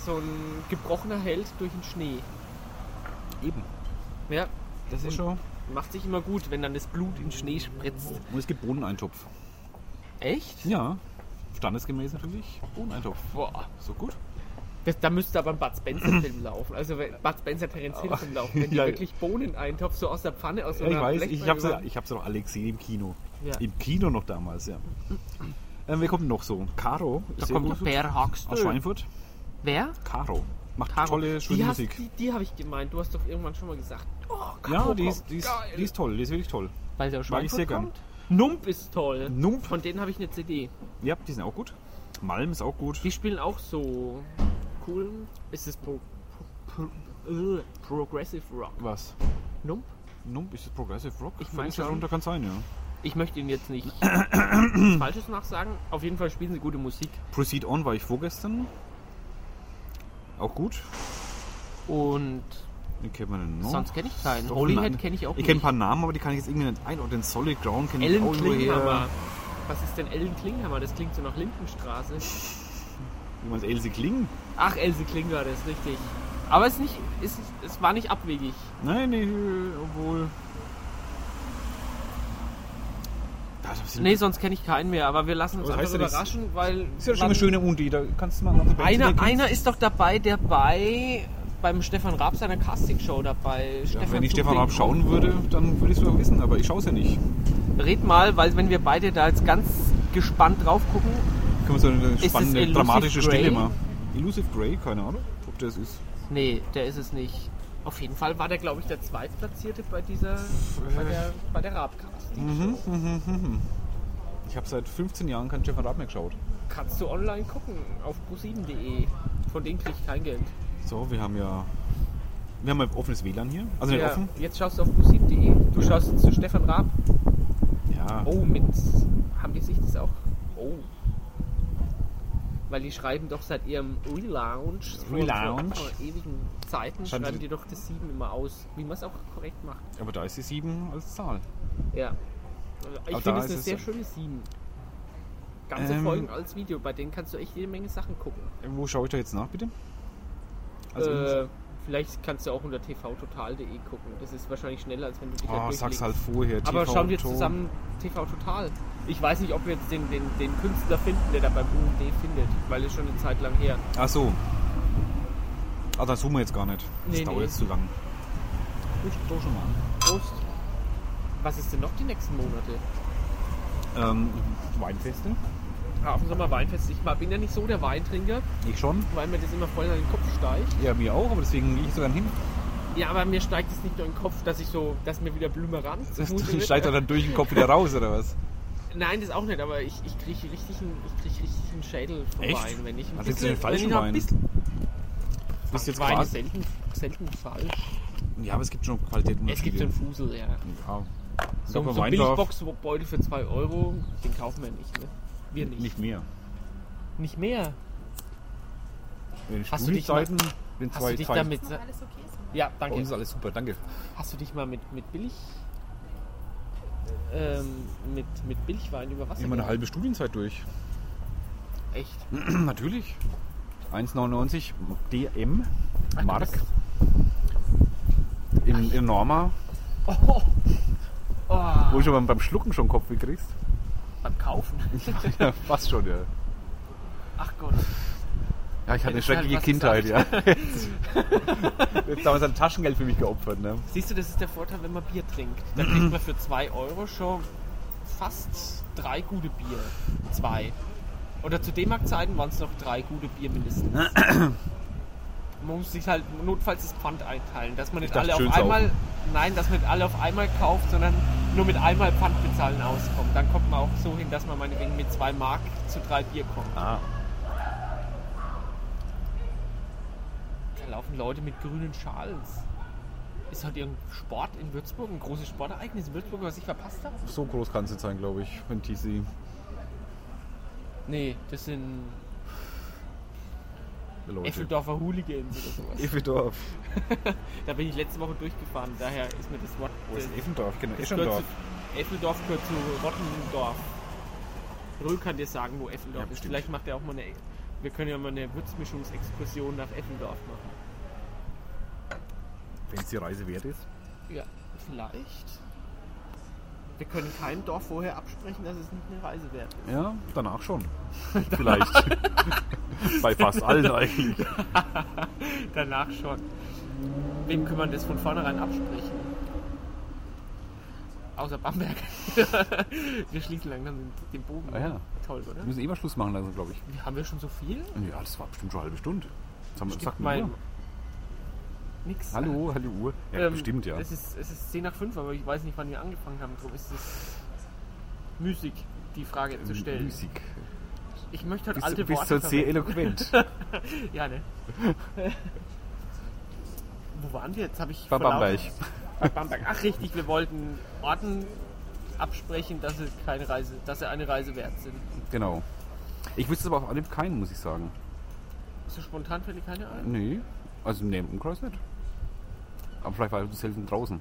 Speaker 2: so ein gebrochener Held durch den Schnee?
Speaker 1: Eben.
Speaker 2: Ja.
Speaker 1: Das
Speaker 2: Und-
Speaker 1: ist schon.
Speaker 2: Macht sich immer gut, wenn dann das Blut in Schnee spritzt.
Speaker 1: Und es gibt Bohneneintopf.
Speaker 2: Echt?
Speaker 1: Ja. Standesgemäß natürlich. Bohneneintopf.
Speaker 2: Boah.
Speaker 1: So gut.
Speaker 2: Das, da müsste aber ein Bud Spencer-Film laufen. Also wenn- Bud Spencer Terence Hill-Film laufen. Wenn die
Speaker 1: Ja, ja.
Speaker 2: wirklich Bohneneintopf so aus der Pfanne, aus so
Speaker 1: Ja,
Speaker 2: einer
Speaker 1: ich weiß, ich
Speaker 2: Blechpfanne
Speaker 1: hab's, ja-
Speaker 2: über-
Speaker 1: ich hab's doch alle gesehen im Kino.
Speaker 2: Ja.
Speaker 1: Im Kino noch damals, ja. Ähm, wer kommt denn noch so? Caro.
Speaker 2: Da
Speaker 1: sehr
Speaker 2: kommt der
Speaker 1: gut.
Speaker 2: Bär
Speaker 1: Aus
Speaker 2: Hawkstone.
Speaker 1: Schweinfurt.
Speaker 2: Wer?
Speaker 1: Caro. Macht
Speaker 2: Caro.
Speaker 1: tolle, schöne
Speaker 2: die hast-
Speaker 1: Musik.
Speaker 2: die die habe ich gemeint. Du hast doch irgendwann schon mal gesagt. Oh, Caro
Speaker 1: ja, die
Speaker 2: kommt.
Speaker 1: ist, die, ist,
Speaker 2: Geil.
Speaker 1: die ist toll. Die ist wirklich toll.
Speaker 2: Weil der
Speaker 1: Mag ich sehr
Speaker 2: Schweinfurt
Speaker 1: gern.
Speaker 2: kommt. Nump ist toll.
Speaker 1: Nump.
Speaker 2: Von denen habe ich eine CD.
Speaker 1: Ja, die sind auch gut. Malm ist auch gut.
Speaker 2: Die spielen auch so cool. Ist es pro, pro, pro, äh, Progressive Rock?
Speaker 1: Was?
Speaker 2: Nump?
Speaker 1: Nump, ist das Progressive Rock?
Speaker 2: Ich
Speaker 1: Völlig
Speaker 2: mein's schon.
Speaker 1: darunter kann sein, ja.
Speaker 2: Ich möchte Ihnen jetzt nicht Falsches nachsagen. Auf jeden Fall spielen sie gute Musik.
Speaker 1: Proceed On war ich vorgestern. Auch gut.
Speaker 2: Und
Speaker 1: Den kennt man denn noch.
Speaker 2: sonst kenne ich keinen.
Speaker 1: Oh. Doch,
Speaker 2: Holyhead
Speaker 1: nein.
Speaker 2: kenne ich auch
Speaker 1: Ich kenne ein
Speaker 2: nicht.
Speaker 1: paar Namen, aber die kann ich jetzt irgendwie nicht einordnen. Solid Ground kenne ich
Speaker 2: Ellen
Speaker 1: auch nur
Speaker 2: Klinghammer.
Speaker 1: her.
Speaker 2: Was ist denn Ellen Klinghammer? Das klingt so nach Lindenstraße.
Speaker 1: Wie meinst Elsie Kling?
Speaker 2: Ach, Else Klinger, das ist richtig. Aber es, ist nicht, es, ist- es war nicht abwegig.
Speaker 1: Nein, nee, obwohl. Da ist ein bisschen-
Speaker 2: Nee, sonst kenne ich keinen mehr, aber wir lassen uns
Speaker 1: Aber
Speaker 2: einfach
Speaker 1: das Hm. heißt ja nichts.
Speaker 2: überraschen, weil.
Speaker 1: ist ja schon eine
Speaker 2: wann-
Speaker 1: schöne Uni, da kannst du mal noch
Speaker 2: Einer, einer ist doch dabei, der bei beim Stefan Raab seiner Castingshow dabei.
Speaker 1: ja, wenn ich
Speaker 2: Zubring.
Speaker 1: Stefan Raab schauen würde, dann würde ich es sogar wissen, aber ich schaue es ja nicht.
Speaker 2: Red mal, weil wenn wir beide da jetzt ganz gespannt drauf gucken,
Speaker 1: Können wir so eine
Speaker 2: es
Speaker 1: spannende,
Speaker 2: Elusive
Speaker 1: dramatische
Speaker 2: Grey?
Speaker 1: Stille mal. Elusive Grey, keine Ahnung, ob das ist.
Speaker 2: nee, der ist es nicht. Auf jeden Fall war der, glaube ich, der Zweitplatzierte bei dieser, bei der, bei der Raab-Casting.
Speaker 1: Ich habe seit 15 Jahren keinen Stefan Raab mehr geschaut.
Speaker 2: Kannst du online gucken auf pro7.de. Von denen krieg ich kein Geld.
Speaker 1: So, wir haben ja. Wir haben ein offenes WLAN hier. Also nicht
Speaker 2: Ja,
Speaker 1: offen.
Speaker 2: Jetzt schaust du auf pro7.de. Du schaust jetzt zu Stefan Raab.
Speaker 1: Ja.
Speaker 2: Oh, mit. Haben die sich das auch? Oh. Weil die schreiben doch seit ihrem Relaunch, vor-
Speaker 1: Relaunch.
Speaker 2: Vor, vor ewigen Zeiten,
Speaker 1: Schreiben
Speaker 2: schreiben
Speaker 1: sie-
Speaker 2: die doch das 7 immer aus, wie man es auch korrekt macht.
Speaker 1: Aber da ist die 7 als Zahl. Äh,
Speaker 2: Ja. Also Ich
Speaker 1: Aber da
Speaker 2: finde es
Speaker 1: ist
Speaker 2: eine
Speaker 1: es
Speaker 2: sehr
Speaker 1: so.
Speaker 2: schöne 7. Ganze
Speaker 1: Ähm.
Speaker 2: Folgen als Video, bei denen kannst du echt jede Menge Sachen gucken.
Speaker 1: Wo schaue ich da jetzt nach, bitte? Also
Speaker 2: äh, vielleicht kannst du auch unter tvtotal.de gucken. Das ist wahrscheinlich schneller, als wenn du dich da
Speaker 1: oh, sag's
Speaker 2: durchklickst.
Speaker 1: halt vorher.
Speaker 2: Aber
Speaker 1: TV
Speaker 2: schauen wir
Speaker 1: Total.
Speaker 2: zusammen TV Total. Ich weiß nicht, ob wir jetzt den, den, den Künstler finden, der da beim UMD findet, weil es schon eine Zeit lang her.
Speaker 1: Ach so. Ah, das zoomen wir jetzt gar nicht. Das
Speaker 2: Nee,
Speaker 1: dauert
Speaker 2: nee.
Speaker 1: jetzt zu lang. Ich schau schon mal
Speaker 2: Prost. Was ist denn noch die nächsten Monate?
Speaker 1: an. Ähm, Weinfeste?
Speaker 2: Hafen Ah, Sommer Weinfest. Ich bin ja nicht so der Weintrinker,
Speaker 1: Ich schon.
Speaker 2: weil mir das immer voll in den Kopf steigt.
Speaker 1: Ja, mir auch, aber deswegen gehe ich sogar hin.
Speaker 2: Ja, aber mir steigt es nicht nur in den Kopf, dass ich so, dass mir wieder Blümerang
Speaker 1: Das
Speaker 2: zumute wird.
Speaker 1: steigt er dann durch den Kopf wieder raus, oder was?
Speaker 2: Nein, das auch nicht, aber ich, ich kriege richtig, einen- ich krieg richtig einen Schädel vom
Speaker 1: Echt?
Speaker 2: Wein. Wenn ich ein
Speaker 1: Was
Speaker 2: bisschen,
Speaker 1: trinkst du denn
Speaker 2: wenn ich
Speaker 1: falschen
Speaker 2: noch ein
Speaker 1: Wein?
Speaker 2: bisschen-
Speaker 1: Bist jetzt
Speaker 2: Wein ist
Speaker 1: quasi.
Speaker 2: selten, selten falsch.
Speaker 1: Ja, aber es gibt schon Qualitäten.
Speaker 2: Es gibt den Fusel, ja.
Speaker 1: ja.
Speaker 2: So,
Speaker 1: Locker
Speaker 2: so ein
Speaker 1: Weindorf.
Speaker 2: Billigbox-Beutel für 2 Euro, den kaufen wir nicht, ne? Wir nicht.
Speaker 1: Nicht mehr.
Speaker 2: Nicht mehr.
Speaker 1: Wenn
Speaker 2: Hast du dich
Speaker 1: Studienzeiten, wenn
Speaker 2: Hast
Speaker 1: zwei,
Speaker 2: du dich
Speaker 1: zwei,
Speaker 2: damit.
Speaker 3: Ist noch alles okay? Ist noch-
Speaker 2: Ja,
Speaker 1: Bei uns ist
Speaker 2: danke.
Speaker 1: alles super, danke.
Speaker 2: Hast du dich mal mit, mit Billig. Ähm, mit, mit Billigwein über Wasser.
Speaker 1: Immer eine
Speaker 2: gehalten?
Speaker 1: halbe Studienzeit durch.
Speaker 2: Echt.
Speaker 1: Natürlich. 1,99 DM Mark im, im Norma,
Speaker 2: Oh, oh,
Speaker 1: wo du schon beim, beim Schlucken schon Kopfweh kriegst.
Speaker 2: beim Kaufen.
Speaker 1: Ja, fast schon, ja.
Speaker 2: Ach Gott.
Speaker 1: Ja, ich hatte eine
Speaker 2: Hättest du halt
Speaker 1: schreckliche
Speaker 2: was
Speaker 1: Kindheit, ja. Jetzt, jetzt damals ein Taschengeld für mich geopfert, ne?
Speaker 2: Siehst du, das ist der Vorteil, wenn man Bier trinkt. Da kriegt man für 2 Euro schon fast drei gute Bier. Zwei. Oder zu D-Mark-Zeiten waren es noch drei gute Bier mindestens. Man muss sich halt notfalls das Pfand einteilen, dass man nicht
Speaker 1: dachte,
Speaker 2: alle auf
Speaker 1: schön
Speaker 2: einmal. Nein, dass man nicht alle auf einmal kauft, sondern nur mit einmal Pfand bezahlen auskommt. Dann kommt man auch so hin, dass man meinetwegen mit zwei Mark zu drei Bier kommt.
Speaker 1: Ah.
Speaker 2: Da laufen Leute mit grünen Schals. Ist heute irgendein Sport in Würzburg, ein großes Sportereignis in Würzburg, was ich verpasst habe?
Speaker 1: So groß kann es jetzt sein, glaube ich, wenn TC.
Speaker 2: Nee, das sind
Speaker 1: Leute.
Speaker 2: Effeldorfer Hooligans oder sowas.
Speaker 1: Effendorf.
Speaker 2: Da bin ich letzte Woche durchgefahren, daher ist mir das Wort. äh,
Speaker 1: Wo ist Effendorf? Genau,
Speaker 2: das gehört
Speaker 1: Eschendorf.
Speaker 2: zu- Effeldorf gehört zu Rottendorf. Röhl kann dir sagen, wo Effeldorf
Speaker 1: Ja,
Speaker 2: ist.
Speaker 1: bestimmt.
Speaker 2: Vielleicht macht er auch mal eine. Wir können ja mal eine Würzmischungsexkursion nach Effendorf machen.
Speaker 1: Wenn es die Reise wert ist.
Speaker 2: Ja, vielleicht. Wir können keinem Dorf vorher absprechen, dass es nicht eine Reise wert ist.
Speaker 1: Ja, danach schon. Vielleicht. Bei fast allen eigentlich.
Speaker 2: Danach schon. Wem kann man das von vornherein absprechen? Außer Bamberg. wir schließen langsam den, den Bogen.
Speaker 1: Ah ja.
Speaker 2: Toll, oder?
Speaker 1: Wir müssen eh mal Schluss machen lassen, glaube ich.
Speaker 2: Haben wir schon so viel?
Speaker 1: Ja, das war bestimmt schon eine halbe Stunde. Das haben wir
Speaker 2: Stimmt
Speaker 1: gesagt.
Speaker 2: mal. Nix.
Speaker 1: Hallo, hallo Uhr. Ja,
Speaker 2: Ähm,
Speaker 1: bestimmt, ja.
Speaker 2: Es ist, es ist 10 nach 5, aber ich weiß nicht, wann wir angefangen haben. Darum ist es müßig, die Frage zu stellen.
Speaker 1: Musik.
Speaker 2: Ich möchte halt
Speaker 1: Bist,
Speaker 2: alte
Speaker 1: du bist
Speaker 2: Worte
Speaker 1: so sehr
Speaker 2: verwenden.
Speaker 1: eloquent.
Speaker 2: Ja, ne? Wo waren wir jetzt? Habe ich
Speaker 1: Bei
Speaker 2: vor lauter-
Speaker 1: Bamberg.
Speaker 2: Bei Bamberg. Ach richtig, wir wollten Orten absprechen, dass sie, keine Reise, dass sie eine Reise wert sind.
Speaker 1: Genau. Ich wüsste aber auf allem keinen, muss ich sagen.
Speaker 2: So spontan fällt dir keine ein?
Speaker 1: Nee, also im näheren Umkreis nicht. Aber vielleicht war das selten draußen.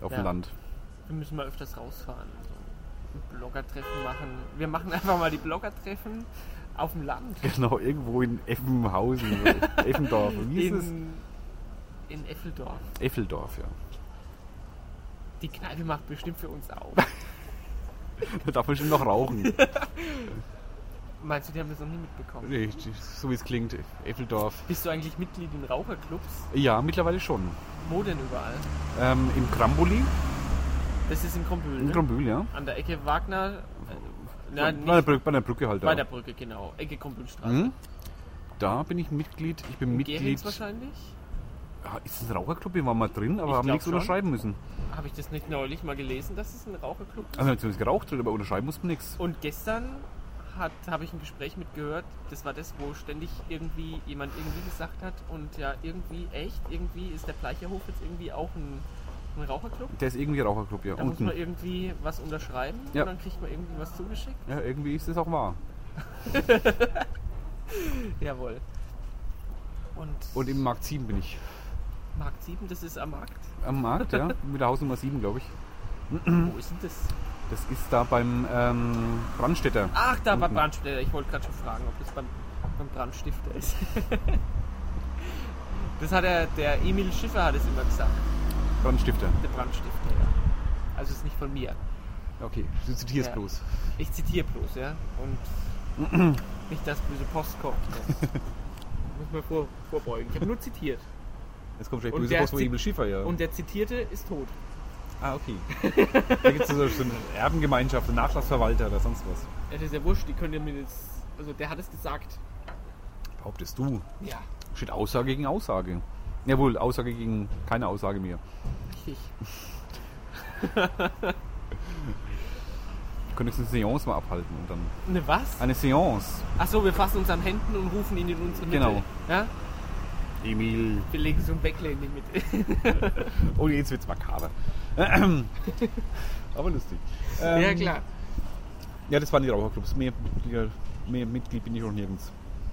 Speaker 1: Auf
Speaker 2: Ja.
Speaker 1: dem Land.
Speaker 2: Wir müssen mal öfters rausfahren. So ein Bloggertreffen machen. Wir machen einfach mal die Bloggertreffen auf dem Land.
Speaker 1: Genau, irgendwo in Effenhausen, oder Effendorf. Wie hieß es?
Speaker 2: In, in Effeldorf.
Speaker 1: Effeldorf, ja.
Speaker 2: Die Kneipe macht bestimmt für uns auf.
Speaker 1: Da darf man schon noch rauchen.
Speaker 2: Meinst du, die haben das noch nie mitbekommen?
Speaker 1: nee, so wie es klingt, Effeldorf.
Speaker 2: Bist du eigentlich Mitglied in Raucherclubs?
Speaker 1: Ja, mittlerweile schon.
Speaker 2: Wo denn überall?
Speaker 1: Ähm, Im Kramboli,
Speaker 2: Das ist in Krombühl,
Speaker 1: in
Speaker 2: ne?
Speaker 1: Krambühl, ja.
Speaker 2: An der Ecke Wagner. Äh,
Speaker 1: bei,
Speaker 2: nein, nicht,
Speaker 1: bei der Brücke, bei der Brücke halt.
Speaker 2: bei
Speaker 1: ja.
Speaker 2: der Brücke, genau. Ecke Krombühlstraße.
Speaker 1: Hm? Da bin ich Mitglied. Ich bin Mitglied.
Speaker 2: Gehenz wahrscheinlich?
Speaker 1: Ah, Ist das ein Raucherclub? Wir waren mal drin, aber
Speaker 2: Ich
Speaker 1: haben
Speaker 2: glaub
Speaker 1: nichts
Speaker 2: schon.
Speaker 1: unterschreiben müssen.
Speaker 2: Habe ich das nicht neulich mal gelesen, dass es ein Raucherclub ist?
Speaker 1: Also wir haben zumindest geraucht drin, aber unterschreiben mussten wir nichts.
Speaker 2: Und gestern hat habe ich ein Gespräch mitgehört. Das war das, wo ständig irgendwie jemand irgendwie gesagt hat und ja, irgendwie echt, irgendwie ist der Bleicherhof jetzt irgendwie auch ein, ein Raucherclub.
Speaker 1: Der ist irgendwie Raucherclub, ja.
Speaker 2: Da muss
Speaker 1: unten.
Speaker 2: man irgendwie was unterschreiben
Speaker 1: Ja.
Speaker 2: und dann kriegt man irgendwie was zugeschickt.
Speaker 1: Ja, irgendwie ist das auch wahr.
Speaker 2: Jawohl. Und,
Speaker 1: Und im Markt 7 bin ich.
Speaker 2: Markt 7, das ist am Markt.
Speaker 1: Am Markt, ja. Mit der Hausnummer 7, glaube ich.
Speaker 2: Wo ist denn das?
Speaker 1: Das ist da beim ähm, Brandstätter.
Speaker 2: Ach, da beim
Speaker 1: Unten.
Speaker 2: Brandstifter. Ich wollte gerade schon fragen, ob das beim, beim Brandstifter ist. das hat er, der Emil Schiffer hat es immer gesagt.
Speaker 1: Brandstifter.
Speaker 2: Der Brandstifter, ja. Also ist nicht von mir.
Speaker 1: Okay, du zitierst
Speaker 2: Ja.
Speaker 1: bloß.
Speaker 2: Ich zitiere bloß, ja. Und nicht, dass böse Post kommt. Das muss man vor, vorbeugen. Ich habe nur zitiert.
Speaker 1: Jetzt kommt vielleicht
Speaker 2: Und
Speaker 1: böse
Speaker 2: der
Speaker 1: Post von
Speaker 2: zit-
Speaker 1: Ebel Schiefer, ja.
Speaker 2: Und der Zitierte ist tot.
Speaker 1: ah, okay. da gibt es so so eine Erbengemeinschaft, einen Nachlassverwalter oder sonst was.
Speaker 2: Ja, das ist ja wurscht, die können ja mir jetzt. Also der hat es gesagt.
Speaker 1: Behauptest du?
Speaker 2: Ja,
Speaker 1: Steht Aussage gegen Aussage. Jawohl, Aussage gegen keine Aussage mehr.
Speaker 2: richtig.
Speaker 1: Wir können jetzt eine Seance mal abhalten und dann.
Speaker 2: Eine Ne, was?
Speaker 1: Eine Seance.
Speaker 2: Achso, wir fassen uns an Händen und rufen ihn in unsere Mitte.
Speaker 1: Genau.
Speaker 2: Ja?
Speaker 1: Emil.
Speaker 2: Wir legen so ein Weckle in die Mitte.
Speaker 1: Oh, jetzt wird's makaber. Aber lustig.
Speaker 2: ja,
Speaker 1: Ähm,
Speaker 2: klar.
Speaker 1: Ja, das waren die Raucherclubs. Mehr, Mitglieder- mehr Mitglied bin ich noch nirgends.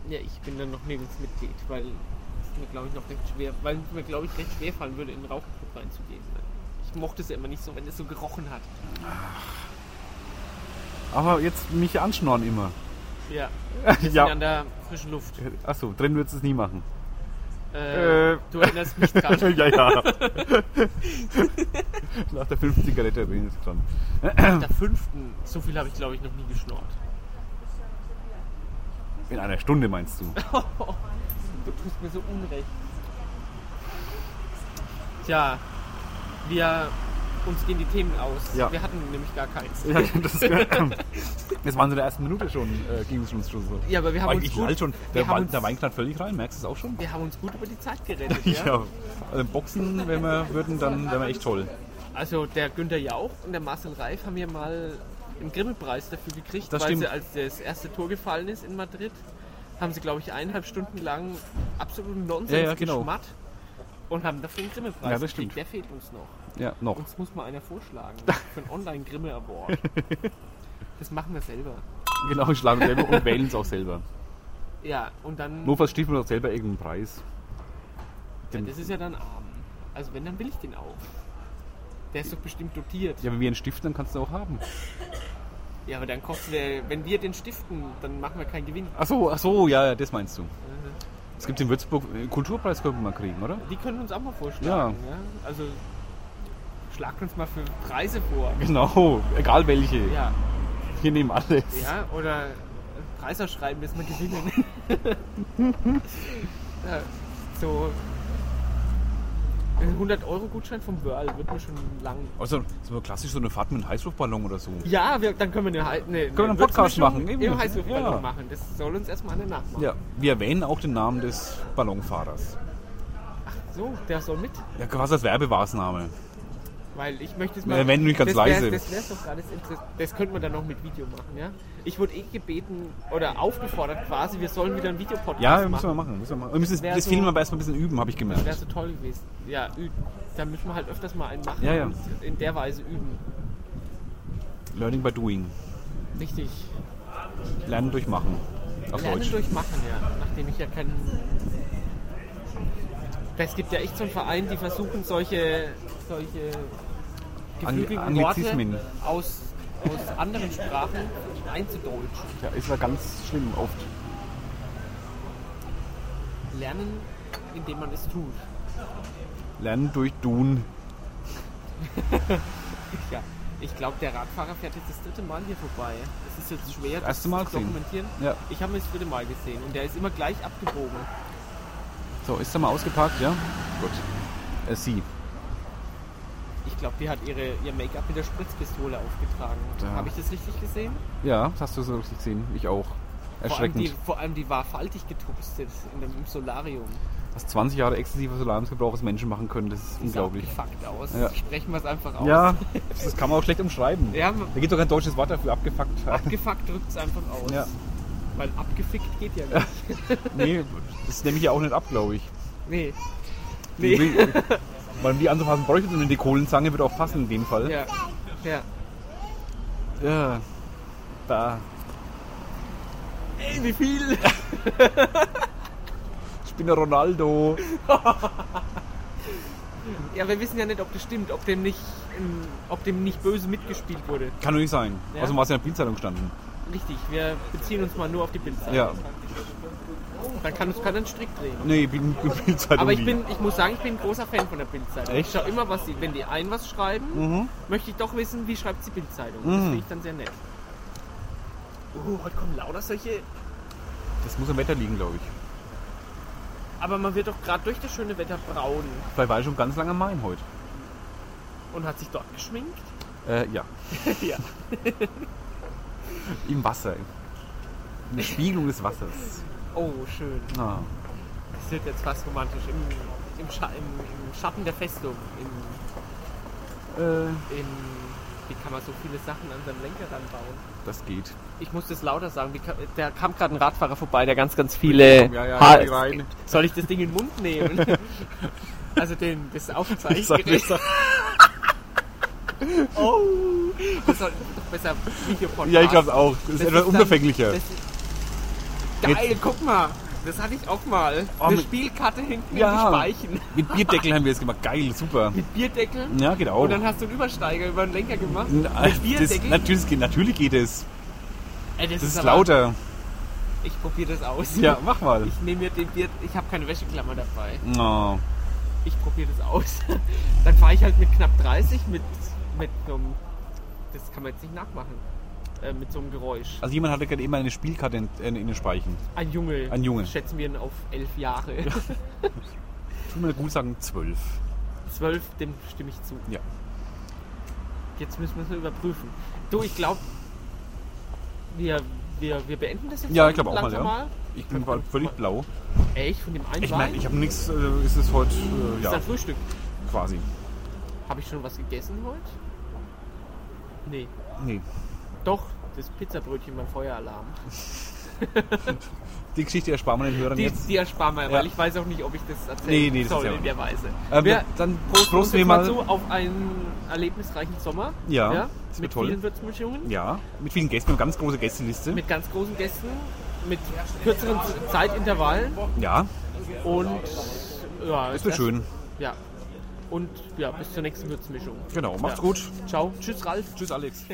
Speaker 2: Ja, ich bin dann noch nirgends Mitglied, weil es mir, glaube ich, noch recht schwer, weil es mir, glaube ich, recht schwer fallen würde, in einen Rauchclub reinzugehen. Ich mochte es ja immer nicht so, wenn es so gerochen hat.
Speaker 1: Aber jetzt mich anschnorren immer.
Speaker 2: Ja. Wir sind
Speaker 1: ja.
Speaker 2: an der frischen Luft.
Speaker 1: Achso, drin würdest du es nie machen.
Speaker 2: Äh,
Speaker 1: Äh.
Speaker 2: Du erinnerst mich dran.
Speaker 1: ja, ja. Nach der 50 Zigarette bin ich jetzt dran.
Speaker 2: Nach der fünften. So viel habe ich, glaube ich, noch nie geschnurrt.
Speaker 1: In einer Stunde meinst du?
Speaker 2: Du tust mir so unrecht. Tja, wir uns gehen die Themen aus.
Speaker 1: Ja.
Speaker 2: Wir hatten nämlich gar keins.
Speaker 1: Ja, das, das waren so in der ersten Minute schon, äh, ging es schon, schon so.
Speaker 2: Ja, aber wir haben
Speaker 1: Weil
Speaker 2: uns
Speaker 1: ich
Speaker 2: gut,
Speaker 1: halt schon,
Speaker 2: wir
Speaker 1: der,
Speaker 2: haben
Speaker 1: Wein,
Speaker 2: uns-
Speaker 1: der Wein knallt völlig rein, merkst du es auch schon?
Speaker 2: wir haben uns gut über die Zeit gerettet. Ja?
Speaker 1: Also Boxen, wenn wir würden, dann wären wir echt toll.
Speaker 2: Also der Günther Jauch und der Marcel Reif haben ja mal einen Grimme-Preis dafür gekriegt,
Speaker 1: Das
Speaker 2: weil
Speaker 1: stimmt.
Speaker 2: sie als das erste Tor gefallen ist in Madrid, haben sie glaube ich eineinhalb Stunden lang absoluten Nonsens
Speaker 1: Ja, ja, genau.
Speaker 2: geschmatt und haben dafür einen Grimme-Preis
Speaker 1: Ja, das stimmt.
Speaker 2: gekriegt. Der fehlt uns noch.
Speaker 1: Ja, noch.
Speaker 2: Uns muss mal einer vorschlagen für einen Online-Grimme-Award. das machen wir selber.
Speaker 1: Genau, ich schlage selber und wählen es auch selber.
Speaker 2: Ja, und dann,
Speaker 1: Notfalls stiehlt man auch selber irgendeinen Preis.
Speaker 2: ja, das ist ja dann arm. Also wenn, dann will ich den auch. Der ist doch bestimmt dotiert.
Speaker 1: Ja, wenn wir einen Stift, dann kannst du auch haben.
Speaker 2: Ja, aber dann kostet der, wenn wir den stiften, dann machen wir keinen Gewinn.
Speaker 1: Ach so, ach so, ja, ja, das meinst
Speaker 2: Mhm.
Speaker 1: du. Es gibt in Würzburg einen Kulturpreis, könnte man kriegen, oder?
Speaker 2: Die können uns auch mal vorschlagen. Ja. Also schlagt uns mal für Preise vor.
Speaker 1: Genau, egal welche.
Speaker 2: Ja,
Speaker 1: Wir nehmen alles.
Speaker 2: ja oder Preisausschreiben, bis wir gewinnen. ja, so Also, ein 100-Euro-Gutschein vom Whirl wird mir schon lang.
Speaker 1: Also, so klassisch so eine Fahrt mit einem Heißluftballon oder so.
Speaker 2: Ja, wir, dann können wir eine, Hei- eine,
Speaker 1: wir einen Podcast machen, eben.
Speaker 2: Im Heißluftballon
Speaker 1: Ja.
Speaker 2: machen. Das soll uns erstmal einer nachmachen.
Speaker 1: Ja, wir erwähnen auch den Namen des Ballonfahrers.
Speaker 2: So, der soll mit.
Speaker 1: Ja, quasi als Werbemaßnahme.
Speaker 2: Weil ich möchte es
Speaker 1: Wir
Speaker 2: mal.
Speaker 1: erwähnen ihn ganz
Speaker 2: das wär's-
Speaker 1: leise.
Speaker 2: Das wär's doch gerade das Interess- Das könnte man dann noch mit Video machen, ja? Ich wurde eh gebeten oder aufgefordert quasi, wir sollen wieder ein Videopodcast
Speaker 1: Ja,
Speaker 2: machen.
Speaker 1: müssen wir machen. Müssen wir machen. Wir müssen das,
Speaker 2: Wär
Speaker 1: das
Speaker 2: so-
Speaker 1: Filmen aber erstmal ein bisschen üben, habe ich
Speaker 2: Wäre
Speaker 1: gemerkt.
Speaker 2: so toll gewesen. Ja, ü- da müssen wir halt öfters mal einen machen
Speaker 1: Ja, ja.
Speaker 2: und in der Weise üben.
Speaker 1: Learning by Doing.
Speaker 2: Richtig.
Speaker 1: Lernen durch Machen. Auf
Speaker 2: Lernen
Speaker 1: Deutsch.
Speaker 2: durch Machen, ja. Nachdem ich ja kein. Es gibt ja echt so einen Verein, die versuchen, solche, solche
Speaker 1: Ang-
Speaker 2: geflügelten
Speaker 1: Anglizismen.
Speaker 2: Worte aus, aus anderen Sprachen einzudeutschen.
Speaker 1: Ja, ist ja ganz schlimm oft.
Speaker 2: Lernen, indem man es tut.
Speaker 1: Lernen durch Tun.
Speaker 2: Ja, ich glaube, der Radfahrer fährt jetzt das dritte Mal hier vorbei. Es ist jetzt schwer, das
Speaker 1: erste Mal
Speaker 2: zu
Speaker 1: gesehen.
Speaker 2: dokumentieren.
Speaker 1: Ja.
Speaker 2: Ich habe ihn das dritte Mal gesehen und der ist immer gleich abgebogen.
Speaker 1: So, ist er mal ausgepackt, ja? Gut. Äh, sie.
Speaker 2: Ich glaube, die hat ihre, ihr Make-up mit der Spritzpistole aufgetragen.
Speaker 1: Ja.
Speaker 2: Habe ich das richtig gesehen?
Speaker 1: Ja, das hast du so richtig gesehen. Ich auch.
Speaker 2: Vor allem, die,
Speaker 1: Erschreckend.
Speaker 2: vor allem die war faltig getupstet in dem im Solarium.
Speaker 1: Was 20 Jahre exzessiver Solariumsgebrauch was Menschen machen können, das ist
Speaker 2: Die sah
Speaker 1: unglaublich.
Speaker 2: abgefuckt aus.
Speaker 1: Ja.
Speaker 2: Sprechen wir es einfach aus.
Speaker 1: Ja, das kann man auch schlecht umschreiben.
Speaker 2: Ja.
Speaker 1: Da gibt doch kein deutsches Wort dafür, abgefuckt.
Speaker 2: Abgefuckt drückt es einfach aus.
Speaker 1: Ja.
Speaker 2: Weil abgefickt geht ja nicht.
Speaker 1: nee, das nehme ich ja auch nicht ab, glaube ich.
Speaker 2: Nee. Nee.
Speaker 1: Nee. Weil um die anzufassen bräuchte man die Kohlenzange, wird auch passen in dem Fall.
Speaker 2: Ja. ja.
Speaker 1: Ja. Da.
Speaker 2: Ey, wie viel?
Speaker 1: Ich bin der Ronaldo.
Speaker 2: Ja, wir wissen ja nicht, ob das stimmt, ob dem nicht, ähm, ob dem nicht böse mitgespielt wurde.
Speaker 1: Kann doch nicht sein.
Speaker 2: Ja.
Speaker 1: Außerdem war es ja in der Bildzeitung gestanden.
Speaker 2: Richtig, wir beziehen uns mal nur auf die Bildzeitung.
Speaker 1: Ja.
Speaker 2: Dann kann uns keiner einen Strick drehen.
Speaker 1: Nee, ich bin in der Bildzeitung.
Speaker 2: Aber ich
Speaker 1: nie.
Speaker 2: bin, ich muss sagen, ich bin ein großer Fan von der Bildzeitung.
Speaker 1: Echt?
Speaker 2: Ich schaue immer, was die, wenn die ein was schreiben,
Speaker 1: Mhm.
Speaker 2: möchte ich doch wissen, wie schreibt die Bildzeitung. Das finde ich dann sehr nett. Oh, heute kommen lauter solche.
Speaker 1: Das muss am Wetter liegen, glaube ich.
Speaker 2: Aber man wird doch gerade durch das schöne Wetter braun
Speaker 1: Weil war ich schon ganz lange am Main heute.
Speaker 2: und hat sich dort geschminkt.
Speaker 1: Äh, ja.
Speaker 2: ja.
Speaker 1: Im Wasser. Eine Spiegelung des Wassers.
Speaker 2: Oh, schön.
Speaker 1: Ah.
Speaker 2: Das wird jetzt fast romantisch. Im, im, Scha im, im Schatten der Festung. Im,
Speaker 1: Äh,
Speaker 2: im, wie kann man so viele Sachen an seinem Lenker ranbauen?
Speaker 1: das geht.
Speaker 2: Ich muss das lauter sagen. Wie ka- da kam gerade ein Radfahrer vorbei, der ganz, ganz viele.
Speaker 1: Ja, ja,
Speaker 2: Ha-
Speaker 1: geh rein.
Speaker 2: Soll ich das Ding in den Mund nehmen? also den, das
Speaker 1: Ich sag, ich
Speaker 2: Aufzeichnungsgerät.
Speaker 1: sag,
Speaker 2: Oh, das soll doch besser Videopodcast.
Speaker 1: ja, ich glaube auch. Das ist
Speaker 2: Das
Speaker 1: etwas
Speaker 2: ist dann-
Speaker 1: unbefänglicher.
Speaker 2: das ist- Geil, guck mal. Das hatte ich auch mal.
Speaker 1: Oh,
Speaker 2: Eine
Speaker 1: mit-
Speaker 2: Spielkarte hinten
Speaker 1: Ja.
Speaker 2: in die Speichen.
Speaker 1: Mit Bierdeckel haben wir das gemacht. Geil, super.
Speaker 2: Mit Bierdeckel.
Speaker 1: Ja, geht auch.
Speaker 2: Und dann hast du einen Übersteiger über den Lenker gemacht.
Speaker 1: das,
Speaker 2: Mit Bierdeckel.
Speaker 1: natürlich, geht- natürlich geht es.
Speaker 2: Ey, das
Speaker 1: Das ist
Speaker 2: aber-
Speaker 1: lauter.
Speaker 2: Ich probiere das aus.
Speaker 1: Ja, mach mal.
Speaker 2: Ich nehme mir den Bier. Ich habe keine Wäscheklammer dabei.
Speaker 1: Oh.
Speaker 2: ich probiere das aus. Dann fahre ich halt mit knapp 30 mit, mit so einem, das kann man jetzt nicht nachmachen, äh, mit so einem Geräusch.
Speaker 1: Also jemand hatte gerade eben eine Spielkarte in, in, in den Speichen.
Speaker 2: Ein Junge.
Speaker 1: Ein Junge.
Speaker 2: Schätzen wir ihn auf elf Jahre.
Speaker 1: Ich würde mal gut sagen, zwölf.
Speaker 2: Zwölf, dem stimme ich zu.
Speaker 1: Ja.
Speaker 2: Jetzt müssen wir es nur überprüfen. Du, ich glaube, wir, wir, wir beenden das jetzt
Speaker 1: Ja, ich glaube auch mal,
Speaker 2: langsam
Speaker 1: ja. Ich bin bald völlig blau.
Speaker 2: Echt, von dem einen
Speaker 1: Ich
Speaker 2: Bein?
Speaker 1: meine, ich habe nichts, äh, ist es heute, äh,
Speaker 2: Ist
Speaker 1: ja,
Speaker 2: ein Frühstück.
Speaker 1: quasi.
Speaker 2: Habe ich schon was gegessen heute? Nee.
Speaker 1: Nee.
Speaker 2: Doch, das Pizzabrötchen beim Feueralarm.
Speaker 1: Die Geschichte ersparen wir den Hörern
Speaker 2: Die,
Speaker 1: jetzt.
Speaker 2: die ersparen wir,
Speaker 1: Ja.
Speaker 2: weil ich weiß auch nicht, ob ich das
Speaker 1: Nee,
Speaker 2: erzählen
Speaker 1: nee, das ist
Speaker 2: soll
Speaker 1: ja auch
Speaker 2: in der Weise.
Speaker 1: Ähm,
Speaker 2: wir
Speaker 1: dann
Speaker 2: prosten uns
Speaker 1: prosten wir
Speaker 2: jetzt mal
Speaker 1: mal.
Speaker 2: zu auf einen erlebnisreichen Sommer.
Speaker 1: Ja, das wird
Speaker 2: mit
Speaker 1: toll.
Speaker 2: vielen Würzmischungen,
Speaker 1: Ja, mit vielen Gästen, wir haben eine ganz große Gästeliste.
Speaker 2: mit ganz großen Gästen, mit kürzeren Zeitintervallen
Speaker 1: ja,
Speaker 2: und ja,
Speaker 1: ist wird schön.
Speaker 2: Ja. Und ja, bis zur nächsten Würzmischung.
Speaker 1: Genau, macht's
Speaker 2: Ja.
Speaker 1: gut.
Speaker 2: Ciao. Tschüss, Ralf.
Speaker 1: Tschüss, Alex.